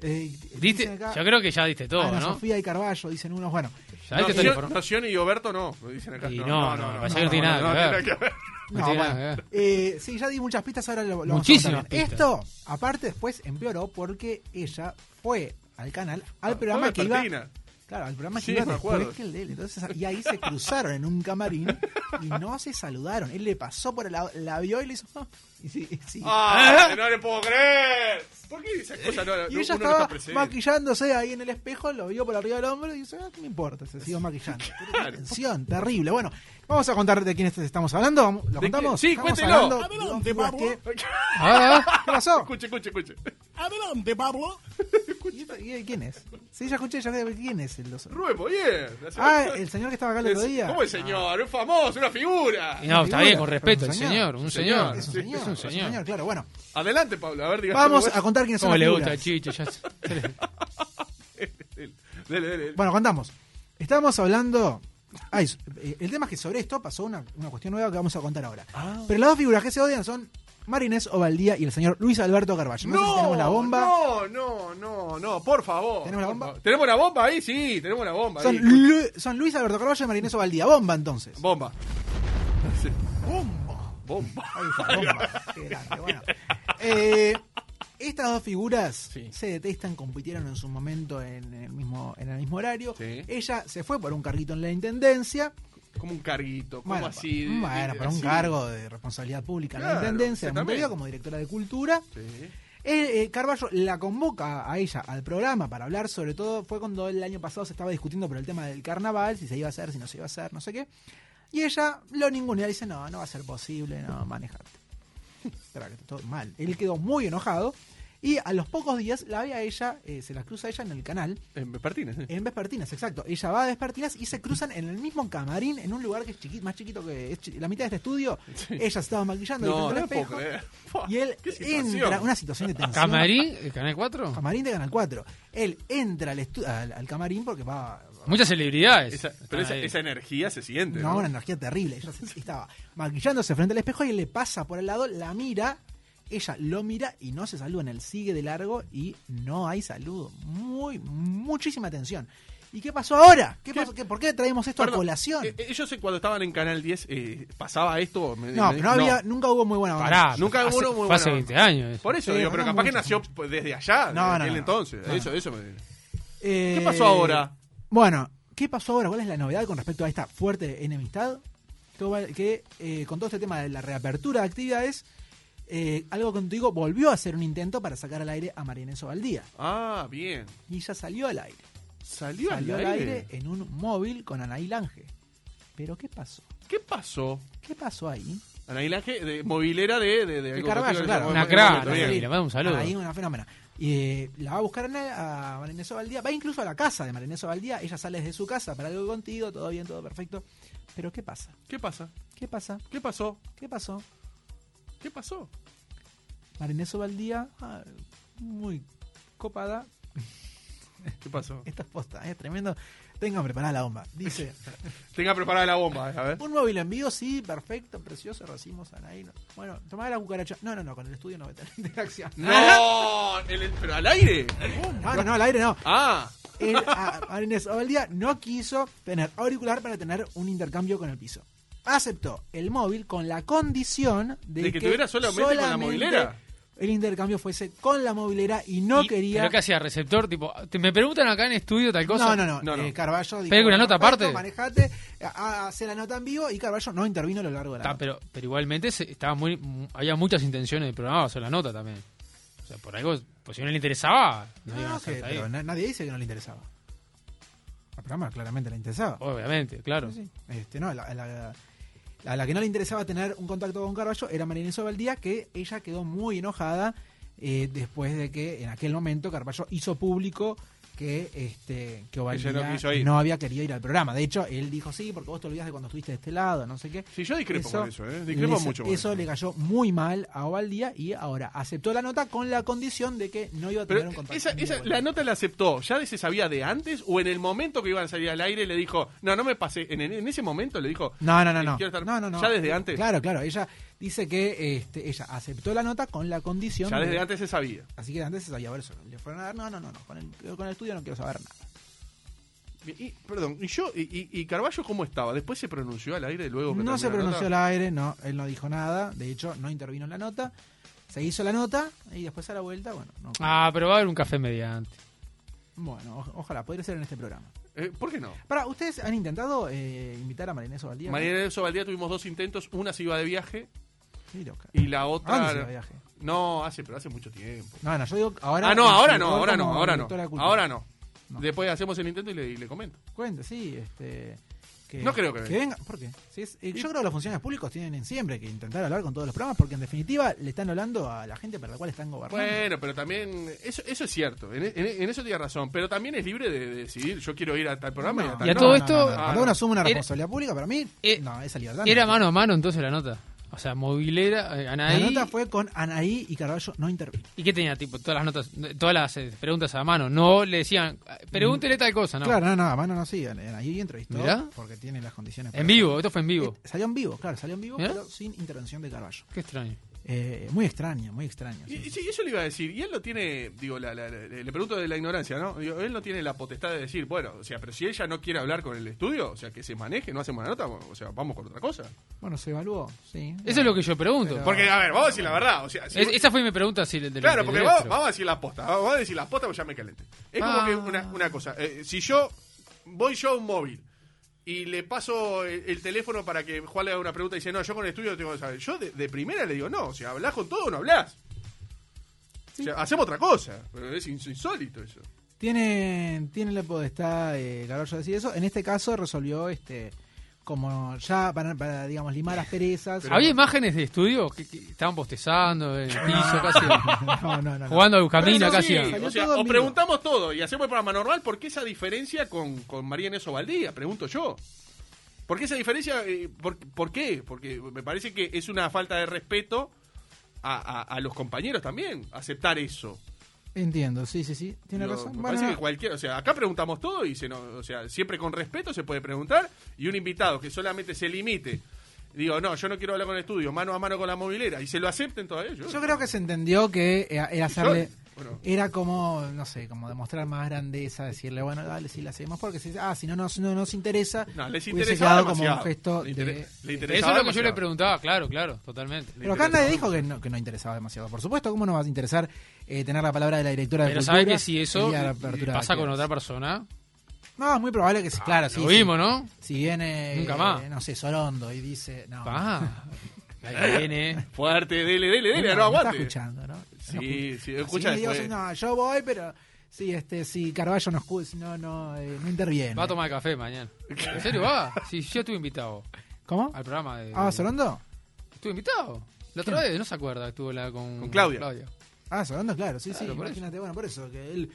[SPEAKER 3] Eh,
[SPEAKER 4] Diste,
[SPEAKER 3] dicen acá
[SPEAKER 4] yo creo que ya diste todo,
[SPEAKER 3] Ana
[SPEAKER 4] ¿no?
[SPEAKER 3] Sofía y Carballo, dicen unos. Bueno,
[SPEAKER 4] Ya diste todo. el informe.
[SPEAKER 2] Noción y Oberto no, lo dicen acá.
[SPEAKER 4] Y no, no, me parece que no tiene nada que ver.
[SPEAKER 2] tiene ver.
[SPEAKER 4] No
[SPEAKER 3] no,
[SPEAKER 4] tiene
[SPEAKER 3] bueno,
[SPEAKER 4] nada que ver.
[SPEAKER 3] eh, sí, ya di muchas pistas, ahora lo, lo vamos a
[SPEAKER 4] Muchísimas
[SPEAKER 3] contar bien.
[SPEAKER 4] pistas.
[SPEAKER 3] Esto, aparte, después empeoró porque ella fue al canal, al
[SPEAKER 2] Ah, Fue
[SPEAKER 3] programa que iba
[SPEAKER 2] vespertina.
[SPEAKER 3] Claro, el programa
[SPEAKER 2] Sí,
[SPEAKER 3] llegó
[SPEAKER 2] me
[SPEAKER 3] después
[SPEAKER 2] acuerdo.
[SPEAKER 3] que el de él. Entonces, y ahí se cruzaron en un camarín y no se saludaron. Él le pasó por el lado, la vio y le hizo. "Ah", y sí, y sí.
[SPEAKER 2] ¡Ah! ¡No le puedo creer! ¿Por qué esas cosas no, no- uno
[SPEAKER 3] y ella
[SPEAKER 2] no
[SPEAKER 3] estaba
[SPEAKER 2] está presente?
[SPEAKER 3] maquillándose ahí en el espejo, lo vio por arriba del hombro y dice, ah, ¿qué me importa? Se siguió maquillando.
[SPEAKER 2] Claro.
[SPEAKER 3] Tensión, terrible. Bueno, vamos a contar de quién est- estamos hablando. ¿Vamos- ¿Lo
[SPEAKER 2] qué?
[SPEAKER 3] contamos?
[SPEAKER 2] Sí,
[SPEAKER 3] Estamos
[SPEAKER 2] cuéntelo.
[SPEAKER 3] hablando de dos figuras que-
[SPEAKER 4] Ah,
[SPEAKER 3] ¿Qué pasó?
[SPEAKER 2] Escuche, escuche, escuche.
[SPEAKER 5] Adelante, Pablo.
[SPEAKER 3] ¿Y esto- y- y ¿Quién es? Sí, ya escuché, ya sé quién es el dos.
[SPEAKER 2] Rubén Boyer.
[SPEAKER 3] Ah, el señor que estaba acá el otro día.
[SPEAKER 2] ¿Cómo el señor? Un famoso, una figura.
[SPEAKER 4] Y no, está bien, con
[SPEAKER 3] Pero
[SPEAKER 4] respeto,
[SPEAKER 3] un
[SPEAKER 4] el
[SPEAKER 3] señor.
[SPEAKER 4] señor, un
[SPEAKER 2] Señor,
[SPEAKER 4] señor.
[SPEAKER 3] Es un
[SPEAKER 2] Sí,
[SPEAKER 3] señor.
[SPEAKER 4] Es un señor.
[SPEAKER 3] claro, bueno.
[SPEAKER 2] Adelante, Pablo. A ver, diga.
[SPEAKER 3] Vamos a contar quiénes son
[SPEAKER 4] ¿Cómo
[SPEAKER 3] las
[SPEAKER 4] le
[SPEAKER 3] figuras.
[SPEAKER 4] gusta el chiche? Ya se- se le-
[SPEAKER 2] Dele, dele, dele.
[SPEAKER 3] Bueno, contamos. Estábamos hablando. Ay, s- eh, el tema es que sobre esto pasó una, una cuestión nueva que vamos a contar ahora.
[SPEAKER 4] Ah.
[SPEAKER 3] Pero las dos figuras que se odian son Marinés Ovaldía y el señor Luis Alberto Carballo. No, sé si tenemos la bomba.
[SPEAKER 2] No, no, no, no, por favor.
[SPEAKER 3] ¿Tenemos la
[SPEAKER 2] Por
[SPEAKER 3] bomba?
[SPEAKER 2] favor. ¿Tenemos la bomba ahí? Sí, tenemos la bomba.
[SPEAKER 3] Son,
[SPEAKER 2] ahí. Escucha.
[SPEAKER 3] Lu- son Luis Alberto Carballo y Marinés Ovaldía. Bomba entonces.
[SPEAKER 2] Bomba. Sí,
[SPEAKER 3] Bomba.
[SPEAKER 2] bomba.
[SPEAKER 3] Ahí está, bomba. Qué grande, bueno. Eh, estas dos figuras
[SPEAKER 2] Sí.
[SPEAKER 3] se detestan, compitieron en su momento en el mismo, en el mismo horario.
[SPEAKER 2] Sí.
[SPEAKER 3] Ella se fue por un carrito en la intendencia.
[SPEAKER 2] Como un carguito, como
[SPEAKER 3] Bueno,
[SPEAKER 2] así.
[SPEAKER 3] pa- bueno,
[SPEAKER 2] eh,
[SPEAKER 3] para un
[SPEAKER 2] así.
[SPEAKER 3] cargo de responsabilidad pública en
[SPEAKER 2] Claro,
[SPEAKER 3] la Intendencia de
[SPEAKER 2] exactamente.
[SPEAKER 3] Montevideo como directora de Cultura.
[SPEAKER 2] Sí.
[SPEAKER 3] Eh, eh, Carballo la convoca a ella al programa para hablar, sobre todo fue cuando el año pasado se estaba discutiendo por el tema del carnaval, si se iba a hacer, si no se iba a hacer, no sé qué. Y ella lo ningunea, dice, no, no va a ser posible, no, manejate. Espera, que todo mal. Él quedó muy enojado y a los pocos días la ve a ella, eh, se la cruza a ella en el canal,
[SPEAKER 2] En Vespertines, eh.
[SPEAKER 3] en Vespertinas, exacto. Ella va a Vespertinas y se cruzan en el mismo camarín, en un lugar que es chiqui- más chiquito que es chi- la mitad de este estudio. Ella se estaba maquillando
[SPEAKER 2] No,
[SPEAKER 3] frente al
[SPEAKER 2] no puedo
[SPEAKER 3] espejo,
[SPEAKER 2] creer. Fua,
[SPEAKER 3] Y él
[SPEAKER 2] qué situación.
[SPEAKER 3] entra, una situación de tensión.
[SPEAKER 4] ¿Camarín? ¿El canal 4?
[SPEAKER 3] Camarín de Canal 4. Él entra al, estu- al, al camarín porque va...
[SPEAKER 4] Muchas celebridades.
[SPEAKER 2] Esa-
[SPEAKER 4] están
[SPEAKER 2] pero esa,
[SPEAKER 4] ahí.
[SPEAKER 2] esa energía se siente.
[SPEAKER 3] No,
[SPEAKER 2] ¿no?
[SPEAKER 3] una energía terrible. Ella se- estaba maquillándose frente al espejo y le pasa por el lado, la mira, ella lo mira y no se saludan. Él sigue de largo y no hay saludo. Muy, muchísima tensión. ¿Y qué pasó ahora? ¿Qué
[SPEAKER 2] ¿Qué-
[SPEAKER 3] pasó? ¿Qué- ¿Por qué traemos esto
[SPEAKER 2] Perdón,
[SPEAKER 3] a colación?
[SPEAKER 2] eh, eh, yo sé cuando estaban en Canal 10, eh, pasaba esto. me-
[SPEAKER 3] No,
[SPEAKER 2] me-
[SPEAKER 3] pero no había, nunca hubo muy buena onda.
[SPEAKER 4] Pará,
[SPEAKER 2] Nunca
[SPEAKER 4] pero
[SPEAKER 2] hubo uno
[SPEAKER 4] hace-
[SPEAKER 2] muy
[SPEAKER 4] fue hace
[SPEAKER 2] bueno.
[SPEAKER 4] 20 años.
[SPEAKER 2] Por eso
[SPEAKER 3] Sí,
[SPEAKER 2] digo, pero
[SPEAKER 3] no,
[SPEAKER 2] capaz que
[SPEAKER 3] mucho.
[SPEAKER 2] nació pues, desde allá,
[SPEAKER 3] No,
[SPEAKER 2] desde
[SPEAKER 3] no,
[SPEAKER 2] él
[SPEAKER 3] no.
[SPEAKER 2] entonces.
[SPEAKER 3] No,
[SPEAKER 2] Eso,
[SPEAKER 3] no.
[SPEAKER 2] eso me-
[SPEAKER 3] Eh,
[SPEAKER 2] ¿Qué pasó ahora?
[SPEAKER 3] Bueno, ¿qué pasó ahora? ¿Cuál es la novedad con respecto a esta fuerte enemistad? Que, va- que, eh, con todo este tema de la reapertura de actividades, eh, algo contigo volvió a hacer un intento para sacar al aire a María Inés Ovaldía.
[SPEAKER 2] Ah, bien.
[SPEAKER 3] Y ya salió al aire.
[SPEAKER 2] Salió,
[SPEAKER 3] salió al aire? en un móvil con Anaí Lange. Pero ¿qué pasó?
[SPEAKER 2] ¿Qué pasó?
[SPEAKER 3] ¿Qué pasó ahí?
[SPEAKER 2] Anaí Lange, de, movilera de... de, de
[SPEAKER 3] El
[SPEAKER 2] algo
[SPEAKER 3] Carballo,
[SPEAKER 2] contigo,
[SPEAKER 3] claro.
[SPEAKER 2] de-
[SPEAKER 4] Una
[SPEAKER 2] de-
[SPEAKER 4] cra,
[SPEAKER 2] de-
[SPEAKER 4] Anaí,
[SPEAKER 2] bien.
[SPEAKER 4] le mando un saludo.
[SPEAKER 3] Anaí, una fenómena. Y eh, la va a buscar Ana- a Marinesa Valdía. Va incluso a la casa de Marinesa Valdía. Ella sale desde su casa para algo contigo. Todo bien, todo perfecto. Pero ¿qué pasa?
[SPEAKER 2] ¿Qué pasa?
[SPEAKER 3] ¿Qué pasa?
[SPEAKER 2] ¿Qué pasó?
[SPEAKER 3] ¿Qué pasó?
[SPEAKER 2] ¿Qué pasó?
[SPEAKER 3] Marinesa Valdía, ah, muy copada.
[SPEAKER 2] ¿Qué pasó?
[SPEAKER 3] Esta es posta, es tremendo. Tengan preparada la bomba. Dice,
[SPEAKER 2] Tenga preparada la bomba, a ver.
[SPEAKER 3] un móvil en vivo, sí, perfecto, precioso, recibimos a Anaí. No- Bueno, tomá la cucaracha. No, no, no, con el estudio no voy a tener interacción. Ah,
[SPEAKER 2] ¡No! El- ¿Pero al aire?
[SPEAKER 3] No, no, no, al aire no.
[SPEAKER 2] Ah,
[SPEAKER 3] Él, a- a Inés Ovaldía no quiso tener auricular para tener un intercambio con el piso. Aceptó el móvil con la condición de,
[SPEAKER 2] De que tuviera solamente con la
[SPEAKER 3] solamente
[SPEAKER 2] movilera.
[SPEAKER 3] El intercambio fuese con la movilera y no
[SPEAKER 4] Y-
[SPEAKER 3] quería.
[SPEAKER 4] ¿Pero qué hacía? ¿Receptor? Tipo, te- me preguntan acá en estudio tal cosa.
[SPEAKER 3] No, no, no.
[SPEAKER 2] No, no.
[SPEAKER 3] Eh, Carballo dijo,
[SPEAKER 4] Pega una nota
[SPEAKER 3] "Perfecto,
[SPEAKER 4] aparte".
[SPEAKER 3] Manejate, a- a- hace la nota en vivo y Carballo no intervino a lo largo de la
[SPEAKER 4] Ta,
[SPEAKER 3] nota.
[SPEAKER 4] pero, pero igualmente se- estaba muy, mu- había muchas intenciones del programa, o sea, la nota también. O sea, por algo, pues si no le interesaba, no,
[SPEAKER 3] No,
[SPEAKER 4] iban a
[SPEAKER 3] no,
[SPEAKER 4] estar
[SPEAKER 3] que-
[SPEAKER 4] ahí.
[SPEAKER 3] pero na- nadie dice que no le interesaba. Al programa claramente le interesaba.
[SPEAKER 2] Oh,
[SPEAKER 4] Obviamente, claro.
[SPEAKER 3] Este, no, la, la- la- la que no le interesaba tener un contacto con Carballo era María Inés Ovaldía, que ella quedó muy enojada eh, después de que en aquel momento Carballo hizo público que este que Ovaldía
[SPEAKER 2] no quiso ir.
[SPEAKER 3] no había querido ir al programa. De hecho, él dijo sí, porque vos te olvidás de cuando estuviste de este lado, no sé qué.
[SPEAKER 2] Sí, yo discrepo con eso, ¿eh? Discrepo
[SPEAKER 3] les-
[SPEAKER 2] mucho con
[SPEAKER 3] eso
[SPEAKER 2] eso.
[SPEAKER 3] le cayó muy mal a Ovaldía y ahora aceptó la nota con la condición de que no iba a tener
[SPEAKER 2] pero
[SPEAKER 3] un contacto.
[SPEAKER 2] esa,
[SPEAKER 3] con
[SPEAKER 2] esa-
[SPEAKER 3] Ovaldía.
[SPEAKER 2] la nota la aceptó. ¿Ya se sabía de antes? ¿O en el momento que iban a salir al aire le dijo, no, no me pasé? En, en- en ese momento le dijo,
[SPEAKER 3] No, no, no,
[SPEAKER 2] eh,
[SPEAKER 3] no.
[SPEAKER 2] quiero estar-
[SPEAKER 3] No, no, no.
[SPEAKER 2] ¿Ya desde antes?
[SPEAKER 3] Claro, claro. Ella dice que este, ella aceptó la nota con la condición.
[SPEAKER 2] Ya
[SPEAKER 3] de-
[SPEAKER 2] desde antes se sabía.
[SPEAKER 3] Así que antes se sabía por eso. Le fueron a dar, no, no, no, no. Con el, con el estudio no quiero saber nada.
[SPEAKER 2] Y, perdón, ¿y yo? ¿Y, y, y Carballo cómo estaba? ¿Después se pronunció al aire luego? que
[SPEAKER 3] No
[SPEAKER 2] terminó
[SPEAKER 3] se
[SPEAKER 2] la
[SPEAKER 3] pronunció
[SPEAKER 2] nota?
[SPEAKER 3] al aire, no, él no dijo nada. De hecho, no intervino en la nota. Se hizo la nota y después a
[SPEAKER 2] Ah.
[SPEAKER 3] la vuelta, bueno, no.
[SPEAKER 4] Ah, pero va a haber un café mediante.
[SPEAKER 3] Bueno, o- ojalá, podría ser en este programa.
[SPEAKER 2] Eh, ¿Por qué no?
[SPEAKER 3] Para, ¿ustedes han intentado eh, invitar a Marinés Ovaldía?
[SPEAKER 2] María del Sobaldía tuvimos dos intentos, una se iba de viaje
[SPEAKER 3] Sí, loca.
[SPEAKER 2] y la
[SPEAKER 3] ¿A dónde se iba de
[SPEAKER 2] otra...
[SPEAKER 3] viaje?
[SPEAKER 2] No, hace, pero hace mucho tiempo.
[SPEAKER 3] No, no, yo digo ahora.
[SPEAKER 2] Ah, no, ahora no,
[SPEAKER 3] como
[SPEAKER 2] ahora no, ahora no.
[SPEAKER 3] directora de cultura.
[SPEAKER 2] Ahora no.
[SPEAKER 3] No.
[SPEAKER 2] Después hacemos el intento y le, y le comento.
[SPEAKER 3] Cuenta, sí, este. que-
[SPEAKER 2] No creo que venga.
[SPEAKER 3] venga. ¿Por qué? Sí, es- eh, yo creo que los funcionarios públicos tienen siempre que intentar hablar con todos los programas porque en definitiva le están hablando a la gente para la cual están gobernando.
[SPEAKER 2] Bueno, pero también, eso, eso es cierto, en, en- en eso tiene razón, pero también es libre de, de decidir, yo quiero ir a tal programa Ah, y a tal
[SPEAKER 4] Y a
[SPEAKER 2] no.
[SPEAKER 4] todo esto-
[SPEAKER 3] Cuando uno asume una
[SPEAKER 4] Era-
[SPEAKER 3] responsabilidad pública, para mí,
[SPEAKER 4] Eh,
[SPEAKER 3] no, esa libertad. no
[SPEAKER 4] Era
[SPEAKER 3] existe.
[SPEAKER 4] mano a mano entonces la nota. O sea, movilera, eh,
[SPEAKER 3] La
[SPEAKER 4] Anaí.
[SPEAKER 3] nota fue con Anaí y Carballo no intervino.
[SPEAKER 4] ¿Y qué tenía? Tipo, todas las notas, todas las eh, preguntas a mano. No le decían, eh, pregúntele tal cosa, ¿no?
[SPEAKER 3] Mm. Claro, no, no, a mano no sí, Anaí entrevistó
[SPEAKER 4] Mirá.
[SPEAKER 3] porque tiene las condiciones.
[SPEAKER 4] En
[SPEAKER 3] para-
[SPEAKER 4] vivo, esto fue en vivo.
[SPEAKER 3] Eh, Salió en vivo, claro, salió en vivo,
[SPEAKER 4] Mirá.
[SPEAKER 3] pero sin intervención de Carballo.
[SPEAKER 4] Qué extraño.
[SPEAKER 3] Eh, muy extraño, muy extraño.
[SPEAKER 2] Y-
[SPEAKER 3] sí.
[SPEAKER 2] y sí, eso le iba a decir. Y él no tiene, digo, la- la- la- le pregunto de la ignorancia, ¿no? Digo, él no tiene la potestad de decir, bueno, o sea, pero si ella no quiere hablar con el estudio, o sea, que se maneje, no hacemos la nota, o sea, vamos con otra cosa.
[SPEAKER 3] Bueno, se evaluó, sí.
[SPEAKER 4] Eso es lo que yo pregunto.
[SPEAKER 3] Pero-
[SPEAKER 2] Porque, a ver, vamos a decir la verdad, o sea, si-
[SPEAKER 4] Es- esa fue mi pregunta. Si, del- del-
[SPEAKER 2] claro,
[SPEAKER 4] del
[SPEAKER 2] porque
[SPEAKER 4] director.
[SPEAKER 2] vamos, vamos a decir la posta, vamos a decir la posta porque ya me calenté. Es como
[SPEAKER 4] Ah.
[SPEAKER 2] que una, una cosa, eh, si yo voy yo a un móvil y le paso el, el teléfono para que Juan le haga una pregunta y dice, no, yo con el estudio tengo que saber. Yo de, de primera le digo, no, o sea, hablas con todo o no hablas. O sea, hacemos otra cosa, pero es ins- insólito eso.
[SPEAKER 3] Tiene, tiene la podestad eh, Carballo de decir eso. En este caso resolvió este como ya para, para, digamos limar las perezas.
[SPEAKER 4] Había imágenes de estudio que, que estaban postezando, el piso casi.
[SPEAKER 3] no, no, no. no.
[SPEAKER 4] Jugando al camino
[SPEAKER 2] Pero eso
[SPEAKER 4] casi.
[SPEAKER 2] sí,
[SPEAKER 3] Salió
[SPEAKER 2] O, sea,
[SPEAKER 3] todo en
[SPEAKER 2] o
[SPEAKER 3] vivo.
[SPEAKER 2] preguntamos todo y hacemos el programa normal, ¿por qué esa diferencia con, con María Inés Ovaldía? Pregunto yo. ¿Por qué esa diferencia? eh, por, por qué? Porque me parece que es una falta de respeto a, a- a los compañeros también, aceptar eso.
[SPEAKER 3] Entiendo, sí, sí, sí. Tiene
[SPEAKER 2] Digo,
[SPEAKER 3] razón.
[SPEAKER 2] Me
[SPEAKER 3] Bueno,
[SPEAKER 2] parece que
[SPEAKER 3] no.
[SPEAKER 2] cualquiera, o sea, acá preguntamos todo y se nos- o sea, siempre con respeto se puede preguntar y un invitado que solamente se limite. Digo, no, yo no quiero hablar con el estudio, mano a mano con la movilera y se lo acepten todavía.
[SPEAKER 3] Yo creo que se entendió que eh, era, era hacerle.
[SPEAKER 2] Bueno.
[SPEAKER 3] Era como, no sé, como demostrar más grandeza, decirle, bueno, dale, si la hacemos, porque si, ah, si no nos, no nos interesa,
[SPEAKER 2] No, les
[SPEAKER 3] hubiese
[SPEAKER 2] interesaba
[SPEAKER 3] quedado como un
[SPEAKER 2] demasiado.
[SPEAKER 3] gesto
[SPEAKER 2] Le inter-
[SPEAKER 3] de-
[SPEAKER 2] le
[SPEAKER 4] Eso es
[SPEAKER 2] interesaba
[SPEAKER 4] lo que yo le
[SPEAKER 2] demasiado.
[SPEAKER 4] preguntaba, claro, claro, totalmente.
[SPEAKER 2] Le
[SPEAKER 3] Pero acá
[SPEAKER 2] interesaba
[SPEAKER 3] nadie dijo que no, que no interesaba demasiado. Por supuesto, ¿cómo no vas a interesar eh, tener la palabra de la directora de
[SPEAKER 4] Pero
[SPEAKER 3] cultura?
[SPEAKER 4] sabes que si eso eh,
[SPEAKER 3] y la apertura
[SPEAKER 4] pasa
[SPEAKER 3] de
[SPEAKER 4] con
[SPEAKER 3] actividades?
[SPEAKER 4] otra persona,
[SPEAKER 3] No, es muy probable que sí, claro, sí.
[SPEAKER 4] lo
[SPEAKER 3] sí.
[SPEAKER 4] vimos, ¿no?
[SPEAKER 3] Si viene,
[SPEAKER 4] Nunca más.
[SPEAKER 3] eh, no sé, Sorondo y dice, no,
[SPEAKER 4] Ah, ahí viene.
[SPEAKER 2] Fuerte, dele, dele,
[SPEAKER 3] no,
[SPEAKER 2] dele, no,
[SPEAKER 3] no está
[SPEAKER 2] aguante.
[SPEAKER 3] escuchando, ¿no?
[SPEAKER 2] Sí,
[SPEAKER 3] No escucha.
[SPEAKER 2] sí, escucha
[SPEAKER 3] Si me digo,
[SPEAKER 2] después.
[SPEAKER 3] no, yo voy, pero sí, este, si Carballo no escucha, no, no, eh, no interviene.
[SPEAKER 4] Va a tomar café mañana. ¿En serio va? Sí, yo estuve invitado
[SPEAKER 3] ¿Cómo?
[SPEAKER 4] al programa de.
[SPEAKER 3] Ah, Sorondo.
[SPEAKER 4] Estuve invitado. La otra vez, no se acuerda, estuvo la con,
[SPEAKER 2] Con Claudia.
[SPEAKER 3] Ah, Sorondo, claro, sí,
[SPEAKER 4] Claro,
[SPEAKER 3] sí,
[SPEAKER 4] por
[SPEAKER 3] imagínate, bueno, por eso, que él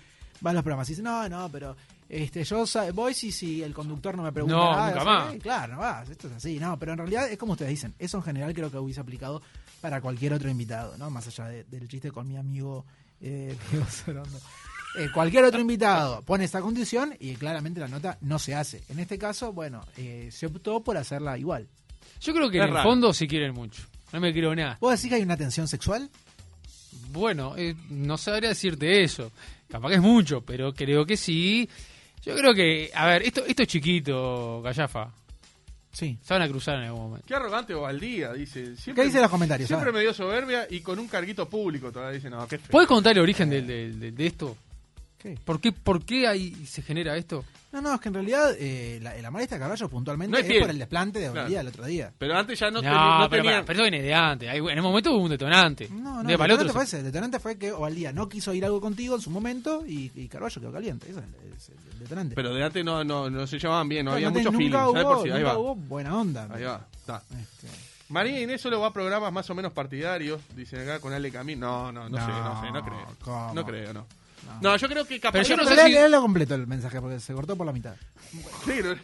[SPEAKER 3] va a los programas y dice, no, no, pero este, yo sa- voy si, si el conductor no me pregunta
[SPEAKER 4] No,
[SPEAKER 3] nada,
[SPEAKER 4] nunca
[SPEAKER 3] o sea,
[SPEAKER 4] más.
[SPEAKER 3] eh, claro, no vas, esto es así, no, pero en realidad es como ustedes dicen, eso en general creo que hubiese aplicado para cualquier otro invitado, ¿no? Más allá de- del chiste con mi amigo eh, Diego Sorondo. Eh, cualquier otro invitado pone esta condición y claramente la nota no se hace. En este caso, bueno, eh, se optó por hacerla igual.
[SPEAKER 4] Yo creo que
[SPEAKER 2] Es
[SPEAKER 4] en el
[SPEAKER 2] raro.
[SPEAKER 4] fondo se quieren mucho. No me creo nada.
[SPEAKER 3] ¿Vos decís que hay una tensión sexual?
[SPEAKER 4] Bueno, eh, no sabría decirte eso. Capaz que es mucho, pero creo que sí. Yo creo que, a ver, esto, esto es chiquito, Gallafa.
[SPEAKER 3] Sí.
[SPEAKER 4] Se van a cruzar en algún momento.
[SPEAKER 2] Qué arrogante o al día, dice.
[SPEAKER 3] ¿Qué dicen los comentarios?
[SPEAKER 2] Siempre
[SPEAKER 3] A
[SPEAKER 2] me
[SPEAKER 3] ver.
[SPEAKER 2] dio soberbia y con un carguito público todavía dice, no, qué feo.
[SPEAKER 4] ¿Puedes contar el origen
[SPEAKER 2] Eh.
[SPEAKER 4] del- del- del- de esto?
[SPEAKER 3] ¿Qué?
[SPEAKER 4] ¿Por qué, por qué ahí se genera esto?
[SPEAKER 3] No, no, es que en realidad eh, la, la molestia de Carballo puntualmente
[SPEAKER 2] No es
[SPEAKER 3] es,
[SPEAKER 2] fiel.
[SPEAKER 3] por el desplante de Bolivia
[SPEAKER 2] Claro.
[SPEAKER 3] el otro día.
[SPEAKER 2] Pero antes ya no,
[SPEAKER 4] No,
[SPEAKER 2] teni- no
[SPEAKER 4] pero,
[SPEAKER 2] tenían-
[SPEAKER 4] pero esto viene de antes. Ahí, En el momento hubo un detonante.
[SPEAKER 3] No, no,
[SPEAKER 4] de
[SPEAKER 3] el
[SPEAKER 4] para el otro
[SPEAKER 3] detonante fue ese. El detonante fue que Ovaldía no quiso ir algo contigo en su momento y, y Carballo quedó caliente. Ese es el, es el detonante.
[SPEAKER 2] Pero de antes no, no, no se llevaban bien, no,
[SPEAKER 3] Claro,
[SPEAKER 2] había
[SPEAKER 3] no te-
[SPEAKER 2] mucho feeling.
[SPEAKER 3] nunca
[SPEAKER 2] ¿sabes
[SPEAKER 3] hubo,
[SPEAKER 2] por sí? Ahí
[SPEAKER 3] nunca
[SPEAKER 2] va.
[SPEAKER 3] hubo buena onda.
[SPEAKER 2] Ahí va. está.
[SPEAKER 3] Este,
[SPEAKER 2] María Inés solo va a programas más o menos partidarios, dicen acá con Ale Camino. No, no, no, sé, no sé, no creo.
[SPEAKER 3] ¿cómo?
[SPEAKER 2] No creo, no. No, yo creo que capaz
[SPEAKER 4] Pero yo no
[SPEAKER 3] Pero
[SPEAKER 4] sé si-
[SPEAKER 3] lea- léalo completo el mensaje porque se cortó por la mitad.
[SPEAKER 2] Negro.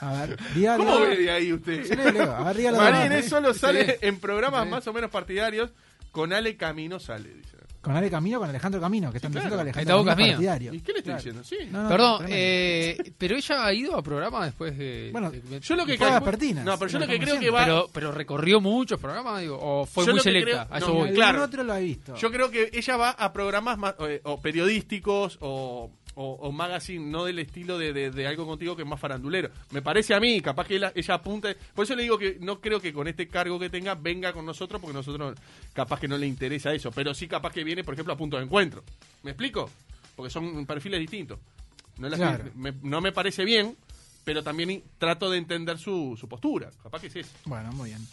[SPEAKER 3] A ver, dígalo.
[SPEAKER 2] ¿Cómo ve de ahí usted?
[SPEAKER 3] Yo leo, leo. A ver, dígalo.
[SPEAKER 2] María
[SPEAKER 3] nomás,
[SPEAKER 2] Inés
[SPEAKER 3] ¿eh?
[SPEAKER 2] solo
[SPEAKER 4] bien.
[SPEAKER 2] sale en programas más o menos partidarios. Con Ale Camino sale, dice.
[SPEAKER 3] Con Ale Camino, con Alejandro Camino, que están
[SPEAKER 2] claro.
[SPEAKER 3] diciendo que
[SPEAKER 4] Esta
[SPEAKER 3] Alejandro
[SPEAKER 4] boca
[SPEAKER 3] Camino
[SPEAKER 4] es mía.
[SPEAKER 3] partidario.
[SPEAKER 2] ¿Y qué le estoy
[SPEAKER 3] Claro.
[SPEAKER 2] diciendo? Sí.
[SPEAKER 3] No, no,
[SPEAKER 4] Perdón,
[SPEAKER 3] tremendo.
[SPEAKER 4] eh, pero ella ha ido a programas después de.
[SPEAKER 3] Bueno,
[SPEAKER 4] de- de-
[SPEAKER 2] Yo lo que
[SPEAKER 3] Fue a
[SPEAKER 2] calcu-
[SPEAKER 3] las Pertinas,
[SPEAKER 2] No, pero yo
[SPEAKER 3] era
[SPEAKER 2] lo que
[SPEAKER 3] como
[SPEAKER 2] creo que
[SPEAKER 3] siempre.
[SPEAKER 2] va.
[SPEAKER 4] Pero, pero recorrió muchos programas, digo, o fue
[SPEAKER 2] Yo
[SPEAKER 4] muy
[SPEAKER 2] lo que
[SPEAKER 4] selecta,
[SPEAKER 2] creo-
[SPEAKER 4] a eso
[SPEAKER 2] no,
[SPEAKER 4] voy.
[SPEAKER 3] Algún
[SPEAKER 2] claro.
[SPEAKER 3] otro lo ha visto.
[SPEAKER 2] Yo creo que ella va a programas más, eh, o periodísticos o, o, o magazine, no del estilo de, de- de algo contigo que es más farandulero. Me parece a mí, capaz que ella, ella apunta. Por eso le digo que no creo que con este cargo que tenga venga con nosotros, porque nosotros capaz que no le interesa eso. Pero sí, capaz que viene, por ejemplo, a punto de encuentro. ¿Me explico? Porque son perfiles distintos. No, la-
[SPEAKER 3] Claro.
[SPEAKER 2] me, no me parece bien, pero también i- trato de entender su, su postura. Capaz que es eso.
[SPEAKER 3] Bueno, muy bien.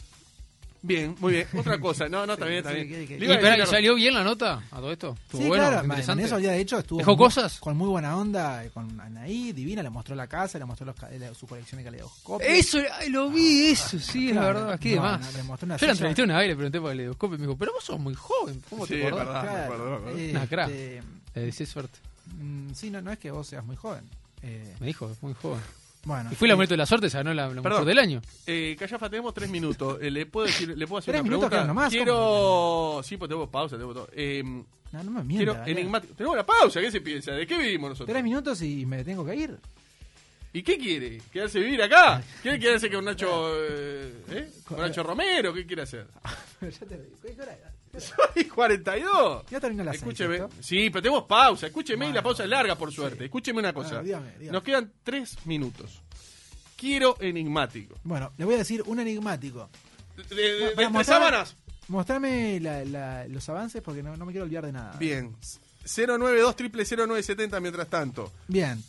[SPEAKER 2] Bien, muy bien. Otra cosa. No, no, también,
[SPEAKER 3] sí,
[SPEAKER 2] también.
[SPEAKER 3] que- que-
[SPEAKER 2] Le
[SPEAKER 4] ¿Y,
[SPEAKER 2] iba a
[SPEAKER 4] pero,
[SPEAKER 2] decir
[SPEAKER 4] ¿y
[SPEAKER 2] a-
[SPEAKER 4] salió bien la nota a todo esto? ¿Estuvo
[SPEAKER 3] sí,
[SPEAKER 4] bueno?
[SPEAKER 3] claro,
[SPEAKER 4] interesante.
[SPEAKER 3] eso día de hecho estuvo
[SPEAKER 4] ¿Dejó
[SPEAKER 3] muy-
[SPEAKER 4] cosas?
[SPEAKER 3] con muy buena onda, eh, con Anaí, divina, le mostró la casa, le mostró los ca- la- su colección de caleidoscopios.
[SPEAKER 4] Eso, ay, lo vi, eso, sí,
[SPEAKER 3] Ah, Claro,
[SPEAKER 4] es verdad. ¿Qué
[SPEAKER 3] no,
[SPEAKER 4] más?
[SPEAKER 3] no, le mostré una
[SPEAKER 4] Yo la
[SPEAKER 3] silla.
[SPEAKER 4] entrevisté una vez y le pregunté por el edoscopio y me dijo, pero vos sos muy joven, ¿cómo
[SPEAKER 2] Sí,
[SPEAKER 4] te
[SPEAKER 2] es
[SPEAKER 4] acordás?
[SPEAKER 2] verdad, ah, me acuerdo, me acuerdo.
[SPEAKER 3] eh,
[SPEAKER 4] Una crack.
[SPEAKER 3] este,
[SPEAKER 4] Le decía suerte.
[SPEAKER 3] mm, sí, no, no es que vos seas muy joven. Eh,
[SPEAKER 4] Me dijo, muy joven.
[SPEAKER 3] bueno,
[SPEAKER 4] Y fue la
[SPEAKER 3] eh,
[SPEAKER 4] muerte de la suerte, se ganó la, la mujer
[SPEAKER 2] Perdón.
[SPEAKER 4] del año.
[SPEAKER 2] Eh, Callafa, tenemos tres minutos. Eh, ¿Le puedo decir, le puedo hacer
[SPEAKER 3] Tres
[SPEAKER 2] una
[SPEAKER 3] minutos
[SPEAKER 2] pregunta?
[SPEAKER 3] quedan nomás,
[SPEAKER 2] Quiero. Sí, pues tengo pausa, tengo todo. Eh,
[SPEAKER 3] No, no me
[SPEAKER 2] quiero
[SPEAKER 3] mientas. Daniel.
[SPEAKER 2] enigmático. Tenemos la pausa, ¿qué se piensa? ¿De qué vivimos nosotros?
[SPEAKER 3] Tres minutos y me tengo que ir.
[SPEAKER 2] ¿Y qué quiere? ¿Quedarse a vivir acá? ¿Quiere quedarse con Nacho, eh, eh? ¿Con Nacho Romero? ¿Qué quiere hacer?
[SPEAKER 3] ya te digo. ¿Qué hora era?
[SPEAKER 2] Soy 42.
[SPEAKER 3] Ya terminó la seis,
[SPEAKER 2] Escúcheme.
[SPEAKER 3] ¿cierto?
[SPEAKER 2] Sí, pero tenemos pausa. Escúcheme y la pausa es larga, por suerte. Escúcheme una cosa.
[SPEAKER 3] Ah, dígame, dígame.
[SPEAKER 2] Nos quedan tres minutos. Quiero enigmático.
[SPEAKER 3] Bueno, le voy a decir un enigmático.
[SPEAKER 2] De- de- Eh, de-
[SPEAKER 3] Para
[SPEAKER 2] entre
[SPEAKER 3] mostrar-
[SPEAKER 2] sábanas.
[SPEAKER 3] Mostrame la- la- los avances porque no, no me quiero olvidar de nada.
[SPEAKER 2] Bien. 092 triple 0970 mientras tanto.
[SPEAKER 3] Bien.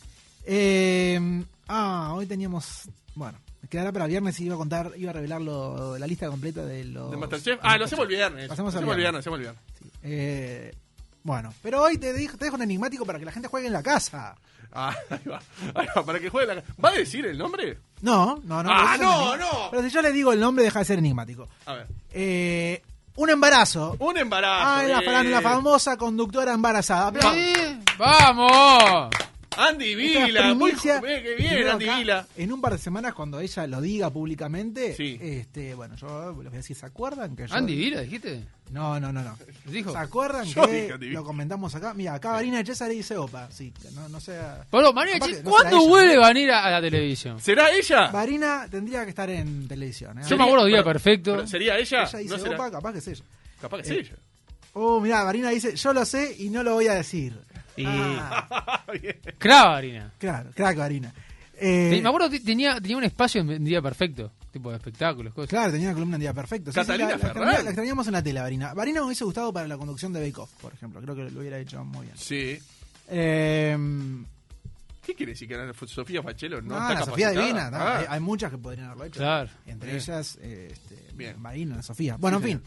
[SPEAKER 3] Eh, ah, hoy teníamos. Bueno, quedará para viernes y iba a contar, iba a revelar lo- la lista completa de los.
[SPEAKER 2] ¿De Masterchef? Ah, lo hacemos el viernes.
[SPEAKER 3] Oh, Lo hacemos el
[SPEAKER 2] el
[SPEAKER 3] viernes.
[SPEAKER 2] viernes. hacemos el viernes.
[SPEAKER 3] Sí. Eh, bueno, pero hoy te, dejo- te dejo un enigmático para que la gente juegue en la casa.
[SPEAKER 2] Ah, ahí va. Ahí va, Para que juegue la. ¿Va a decir el nombre?
[SPEAKER 3] No, no, no.
[SPEAKER 2] Ah,
[SPEAKER 3] pero eso es
[SPEAKER 2] no,
[SPEAKER 3] un enigma.
[SPEAKER 2] no.
[SPEAKER 3] Pero si yo le digo el nombre, deja de ser enigmático.
[SPEAKER 2] A ver.
[SPEAKER 3] Eh, un embarazo.
[SPEAKER 2] Un embarazo. eh.
[SPEAKER 3] Ah, la,
[SPEAKER 2] bien.
[SPEAKER 3] fam- la famosa conductora embarazada. Aplausos.
[SPEAKER 4] Sí, ¡Vamos!
[SPEAKER 2] Andy
[SPEAKER 3] Esta
[SPEAKER 2] Vila. Muy
[SPEAKER 3] primicia,
[SPEAKER 2] ju- eh, qué
[SPEAKER 3] que
[SPEAKER 2] bien,
[SPEAKER 3] veo
[SPEAKER 2] Andy
[SPEAKER 3] acá,
[SPEAKER 2] Vila.
[SPEAKER 3] En un par de semanas, cuando ella lo diga públicamente,
[SPEAKER 2] Sí.
[SPEAKER 3] este, bueno, yo les voy a decir, ¿se acuerdan que yo?
[SPEAKER 4] Andy, Vila, dijiste.
[SPEAKER 3] No, no, no, no.
[SPEAKER 4] Dijo.
[SPEAKER 3] ¿Se acuerdan
[SPEAKER 2] Yo dije
[SPEAKER 3] que
[SPEAKER 2] Andy Vila.
[SPEAKER 3] lo comentamos acá? Mira, acá Marina Chesa le dice opa. Sí, que no, no sea.
[SPEAKER 4] Perdón, María,
[SPEAKER 3] Capaz
[SPEAKER 4] che,
[SPEAKER 3] que no será
[SPEAKER 4] ¿cuándo
[SPEAKER 3] ella,
[SPEAKER 4] vuelve a venir a, a la televisión?
[SPEAKER 2] ¿Será ella?
[SPEAKER 3] Marina tendría que estar en televisión. ¿eh?
[SPEAKER 4] Yo me acuerdo de Día
[SPEAKER 2] Pero-
[SPEAKER 4] Perfecto.
[SPEAKER 2] pero ¿Sería ella?
[SPEAKER 3] Ella dice
[SPEAKER 2] no será.
[SPEAKER 3] opa, capaz que es ella.
[SPEAKER 2] Capaz que es
[SPEAKER 3] Eh,
[SPEAKER 2] ella.
[SPEAKER 3] Oh, mirá, Marina dice, yo lo sé y no lo voy a decir.
[SPEAKER 4] Y-
[SPEAKER 3] Ah,
[SPEAKER 2] Bien.
[SPEAKER 4] Crava, Harina.
[SPEAKER 3] claro, crack Marina. Eh,
[SPEAKER 4] me acuerdo que tenía, tenía un espacio en Día Perfecto, tipo de espectáculos, cosas.
[SPEAKER 3] Pues, Claro, tenía una columna en día perfecto. Sí, sí,
[SPEAKER 2] Catalina
[SPEAKER 3] la, la
[SPEAKER 2] Ferrari.
[SPEAKER 3] extraña- la extrañamos en la tele, Barina. Barina me hubiese gustado para la conducción de Bake Off, por ejemplo. Creo que lo hubiera hecho muy bien.
[SPEAKER 2] Sí.
[SPEAKER 3] Eh,
[SPEAKER 2] ¿Qué quiere decir que la Sofía Fachelo no,
[SPEAKER 3] no,
[SPEAKER 2] está
[SPEAKER 3] la Sofía
[SPEAKER 2] capacitada?
[SPEAKER 3] Divina. no, eh,
[SPEAKER 2] Ah,
[SPEAKER 3] hay, hay muchas que podrían haberlo hecho.
[SPEAKER 4] Claro.
[SPEAKER 3] Entre
[SPEAKER 2] Bien.
[SPEAKER 3] ellas, eh, este,
[SPEAKER 2] Bien.
[SPEAKER 3] Marina, Sofía. Bueno, en fin.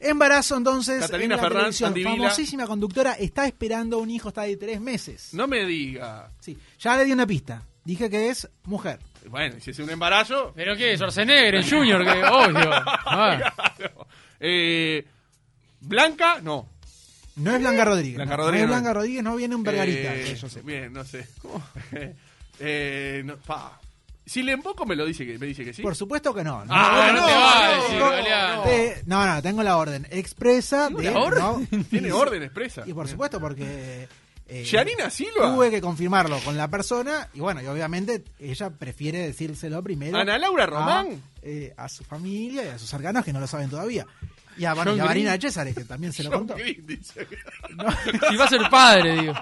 [SPEAKER 3] Embarazo, entonces.
[SPEAKER 2] Catalina
[SPEAKER 3] en la
[SPEAKER 2] Ferrán,
[SPEAKER 3] televisión.
[SPEAKER 2] Andy Vila.
[SPEAKER 3] famosísima conductora, está esperando un hijo, está de tres meses.
[SPEAKER 2] No me diga.
[SPEAKER 3] Sí, ya le di una pista. Dije que es mujer.
[SPEAKER 2] Bueno, si es un embarazo.
[SPEAKER 4] ¿Pero qué? Schwarzenegger, el Junior, que obvio. Ah,
[SPEAKER 2] claro. Eh, Blanca, no.
[SPEAKER 3] No es Blanca Rodríguez.
[SPEAKER 2] Blanca
[SPEAKER 3] no, no
[SPEAKER 2] Rodríguez
[SPEAKER 3] es
[SPEAKER 2] no
[SPEAKER 3] Blanca
[SPEAKER 2] es.
[SPEAKER 3] Rodríguez, no viene un Vergarita.
[SPEAKER 2] Eh,
[SPEAKER 3] que yo sepa.
[SPEAKER 2] Bien, no sé. eh, no, pa. Si le emboco me lo dice que me dice que sí.
[SPEAKER 3] Por supuesto que no. no.
[SPEAKER 4] Ah,
[SPEAKER 2] no,
[SPEAKER 4] no, te va a
[SPEAKER 2] no,
[SPEAKER 4] decir,
[SPEAKER 2] no,
[SPEAKER 4] Galeano.
[SPEAKER 3] De- no, no, tengo la orden expresa.
[SPEAKER 4] ¿Tengo
[SPEAKER 3] de-
[SPEAKER 4] la orden?
[SPEAKER 3] no.
[SPEAKER 2] Tiene
[SPEAKER 3] Y-
[SPEAKER 2] orden expresa.
[SPEAKER 3] Y por supuesto, porque. eh,
[SPEAKER 2] Yanina Silva.
[SPEAKER 3] Tuve que confirmarlo con la persona. Y bueno, y obviamente ella prefiere decírselo primero.
[SPEAKER 2] Ana Laura
[SPEAKER 3] a-
[SPEAKER 2] Román.
[SPEAKER 3] eh, A, su familia y a sus cercanos que no lo saben todavía. Y a,
[SPEAKER 4] John
[SPEAKER 3] bueno, y a
[SPEAKER 4] Green.
[SPEAKER 3] Marina César, que también se lo
[SPEAKER 2] John
[SPEAKER 3] contó.
[SPEAKER 2] Green, dice.
[SPEAKER 4] Si va a ser padre, digo.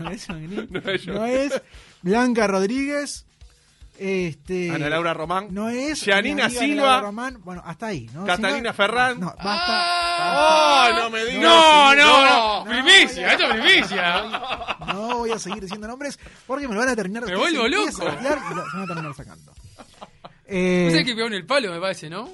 [SPEAKER 3] No es John Green.
[SPEAKER 2] No es John
[SPEAKER 3] No
[SPEAKER 2] Green.
[SPEAKER 3] es Blanca Rodríguez. Este,
[SPEAKER 2] Ana Laura Román.
[SPEAKER 3] No es.
[SPEAKER 2] Yanina
[SPEAKER 3] mi amiga Ana
[SPEAKER 2] Silva.
[SPEAKER 3] Laura Román. Bueno, hasta ahí. ¿no? Si
[SPEAKER 2] Catalina
[SPEAKER 3] no-
[SPEAKER 2] Ferrán.
[SPEAKER 3] No, basta.
[SPEAKER 2] ¡Oh, no me digas!
[SPEAKER 4] No,
[SPEAKER 2] Sí,
[SPEAKER 4] no, no.
[SPEAKER 3] no,
[SPEAKER 4] Primicia,
[SPEAKER 3] no.
[SPEAKER 4] esto es primicia.
[SPEAKER 3] No voy a seguir diciendo nombres porque me lo van a terminar.
[SPEAKER 4] Me
[SPEAKER 3] ustedes
[SPEAKER 4] vuelvo
[SPEAKER 3] empiezan
[SPEAKER 4] loco.
[SPEAKER 3] a hablar y lo- se van a terminar sacando.
[SPEAKER 4] No sé
[SPEAKER 3] Eh,
[SPEAKER 4] que pegó en el palo, me parece, ¿no?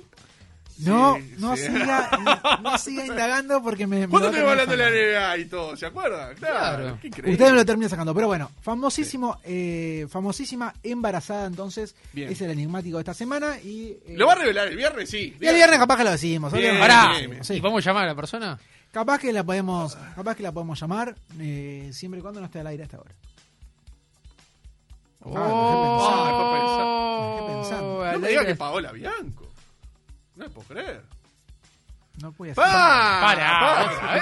[SPEAKER 3] no,
[SPEAKER 2] Sí,
[SPEAKER 3] no,
[SPEAKER 2] sí.
[SPEAKER 3] Siga, no siga indagando porque me. me
[SPEAKER 2] ¿Cuándo
[SPEAKER 3] lo
[SPEAKER 2] te va
[SPEAKER 3] van a
[SPEAKER 2] hablando de la
[SPEAKER 3] terminar
[SPEAKER 2] NBA y todo? ¿Se acuerdan? Claro.
[SPEAKER 4] Claro.
[SPEAKER 2] Qué
[SPEAKER 3] sacando.
[SPEAKER 2] increíble.
[SPEAKER 3] Ustedes me lo terminan sacando. Pero bueno, famosísimo, eh, famosísima embarazada entonces.
[SPEAKER 2] Bien.
[SPEAKER 3] Es el enigmático de esta semana. Y, eh,
[SPEAKER 2] ¿Lo va a revelar el viernes? Sí.
[SPEAKER 3] y el viernes capaz que lo decimos.
[SPEAKER 2] Bien,
[SPEAKER 3] obviamente
[SPEAKER 4] Pará,
[SPEAKER 3] lo
[SPEAKER 2] bien,
[SPEAKER 3] decimos,
[SPEAKER 4] ¿y
[SPEAKER 3] sí.
[SPEAKER 4] podemos llamar a la persona?
[SPEAKER 3] Capaz que la podemos, capaz que la podemos llamar eh, siempre y cuando no esté al aire hasta ahora. Ah,
[SPEAKER 4] Oh,
[SPEAKER 2] Ah.
[SPEAKER 3] dejé pensando.
[SPEAKER 4] oh,
[SPEAKER 2] No me
[SPEAKER 4] alegre.
[SPEAKER 2] digas que Paola Bianco. No me puedo creer.
[SPEAKER 3] No puede ser.
[SPEAKER 2] ¡Pa!
[SPEAKER 4] Pará, otra
[SPEAKER 3] No voy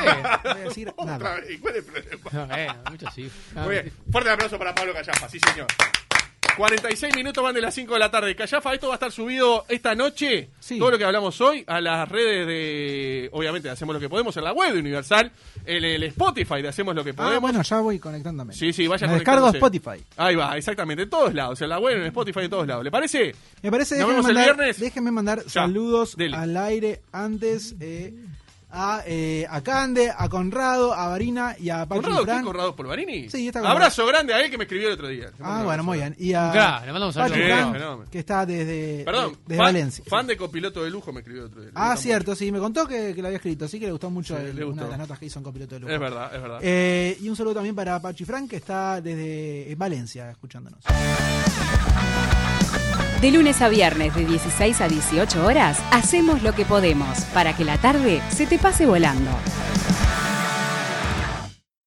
[SPEAKER 3] a decir
[SPEAKER 2] Ah. eh. Otra
[SPEAKER 3] nada.
[SPEAKER 2] vez. ¿Y cuál es el problema?
[SPEAKER 4] vez. Bueno, mucho sí.
[SPEAKER 2] Muy bien. Fuerte aplauso para Pablo Callafa, sí señor. 46 minutos van de las 5 de la tarde. Callafa, esto va a estar subido esta noche.
[SPEAKER 3] Sí.
[SPEAKER 2] Todo lo que hablamos hoy a las redes de. Obviamente, hacemos lo que podemos en la web de Universal. En el Spotify de Hacemos lo que
[SPEAKER 3] Ah,
[SPEAKER 2] podemos.
[SPEAKER 3] bueno, ya voy conectándome.
[SPEAKER 2] Sí, sí, vaya
[SPEAKER 3] Me descargo
[SPEAKER 2] conectándose.
[SPEAKER 3] Spotify.
[SPEAKER 2] Ahí va, exactamente. En todos lados. En la web, en Spotify, en todos lados. ¿Le parece?
[SPEAKER 3] Me parece,
[SPEAKER 2] Nos
[SPEAKER 3] déjenme
[SPEAKER 2] vemos el
[SPEAKER 3] mandar,
[SPEAKER 2] viernes.
[SPEAKER 3] déjenme mandar saludos
[SPEAKER 2] dele.
[SPEAKER 3] al aire antes. eh, a, eh, a Cande, a Conrado, a Varina y a Pachi
[SPEAKER 2] ¿Conrado
[SPEAKER 3] Fran.
[SPEAKER 2] qué? ¿Conrado Polvarini?
[SPEAKER 3] Sí, está Conrado.
[SPEAKER 2] Abrazo grande a él que me escribió el otro día.
[SPEAKER 3] Ah, bueno, muy bien. Y a
[SPEAKER 4] Claro, le mandamos
[SPEAKER 3] Pachi
[SPEAKER 4] saludos.
[SPEAKER 3] Fran,
[SPEAKER 2] Sí, fenómeno.
[SPEAKER 3] que está desde,
[SPEAKER 2] Perdón,
[SPEAKER 3] desde
[SPEAKER 2] fan,
[SPEAKER 3] Valencia.
[SPEAKER 2] fan de copiloto de lujo me escribió el otro día. Le
[SPEAKER 3] Ah,
[SPEAKER 2] gustó
[SPEAKER 3] cierto, sí, me contó que, que lo había escrito, sí que le gustó mucho
[SPEAKER 2] Sí,
[SPEAKER 3] el-
[SPEAKER 2] le
[SPEAKER 3] una
[SPEAKER 2] gustó.
[SPEAKER 3] de las notas que hizo en Copiloto de
[SPEAKER 2] mucho.
[SPEAKER 3] Lujo.
[SPEAKER 2] Es verdad, es verdad.
[SPEAKER 3] Eh, y un saludo también para Pachi Frank, que está desde Valencia escuchándonos.
[SPEAKER 6] De lunes a viernes de 16 a 18 horas, hacemos lo que podemos para que la tarde se te pase volando.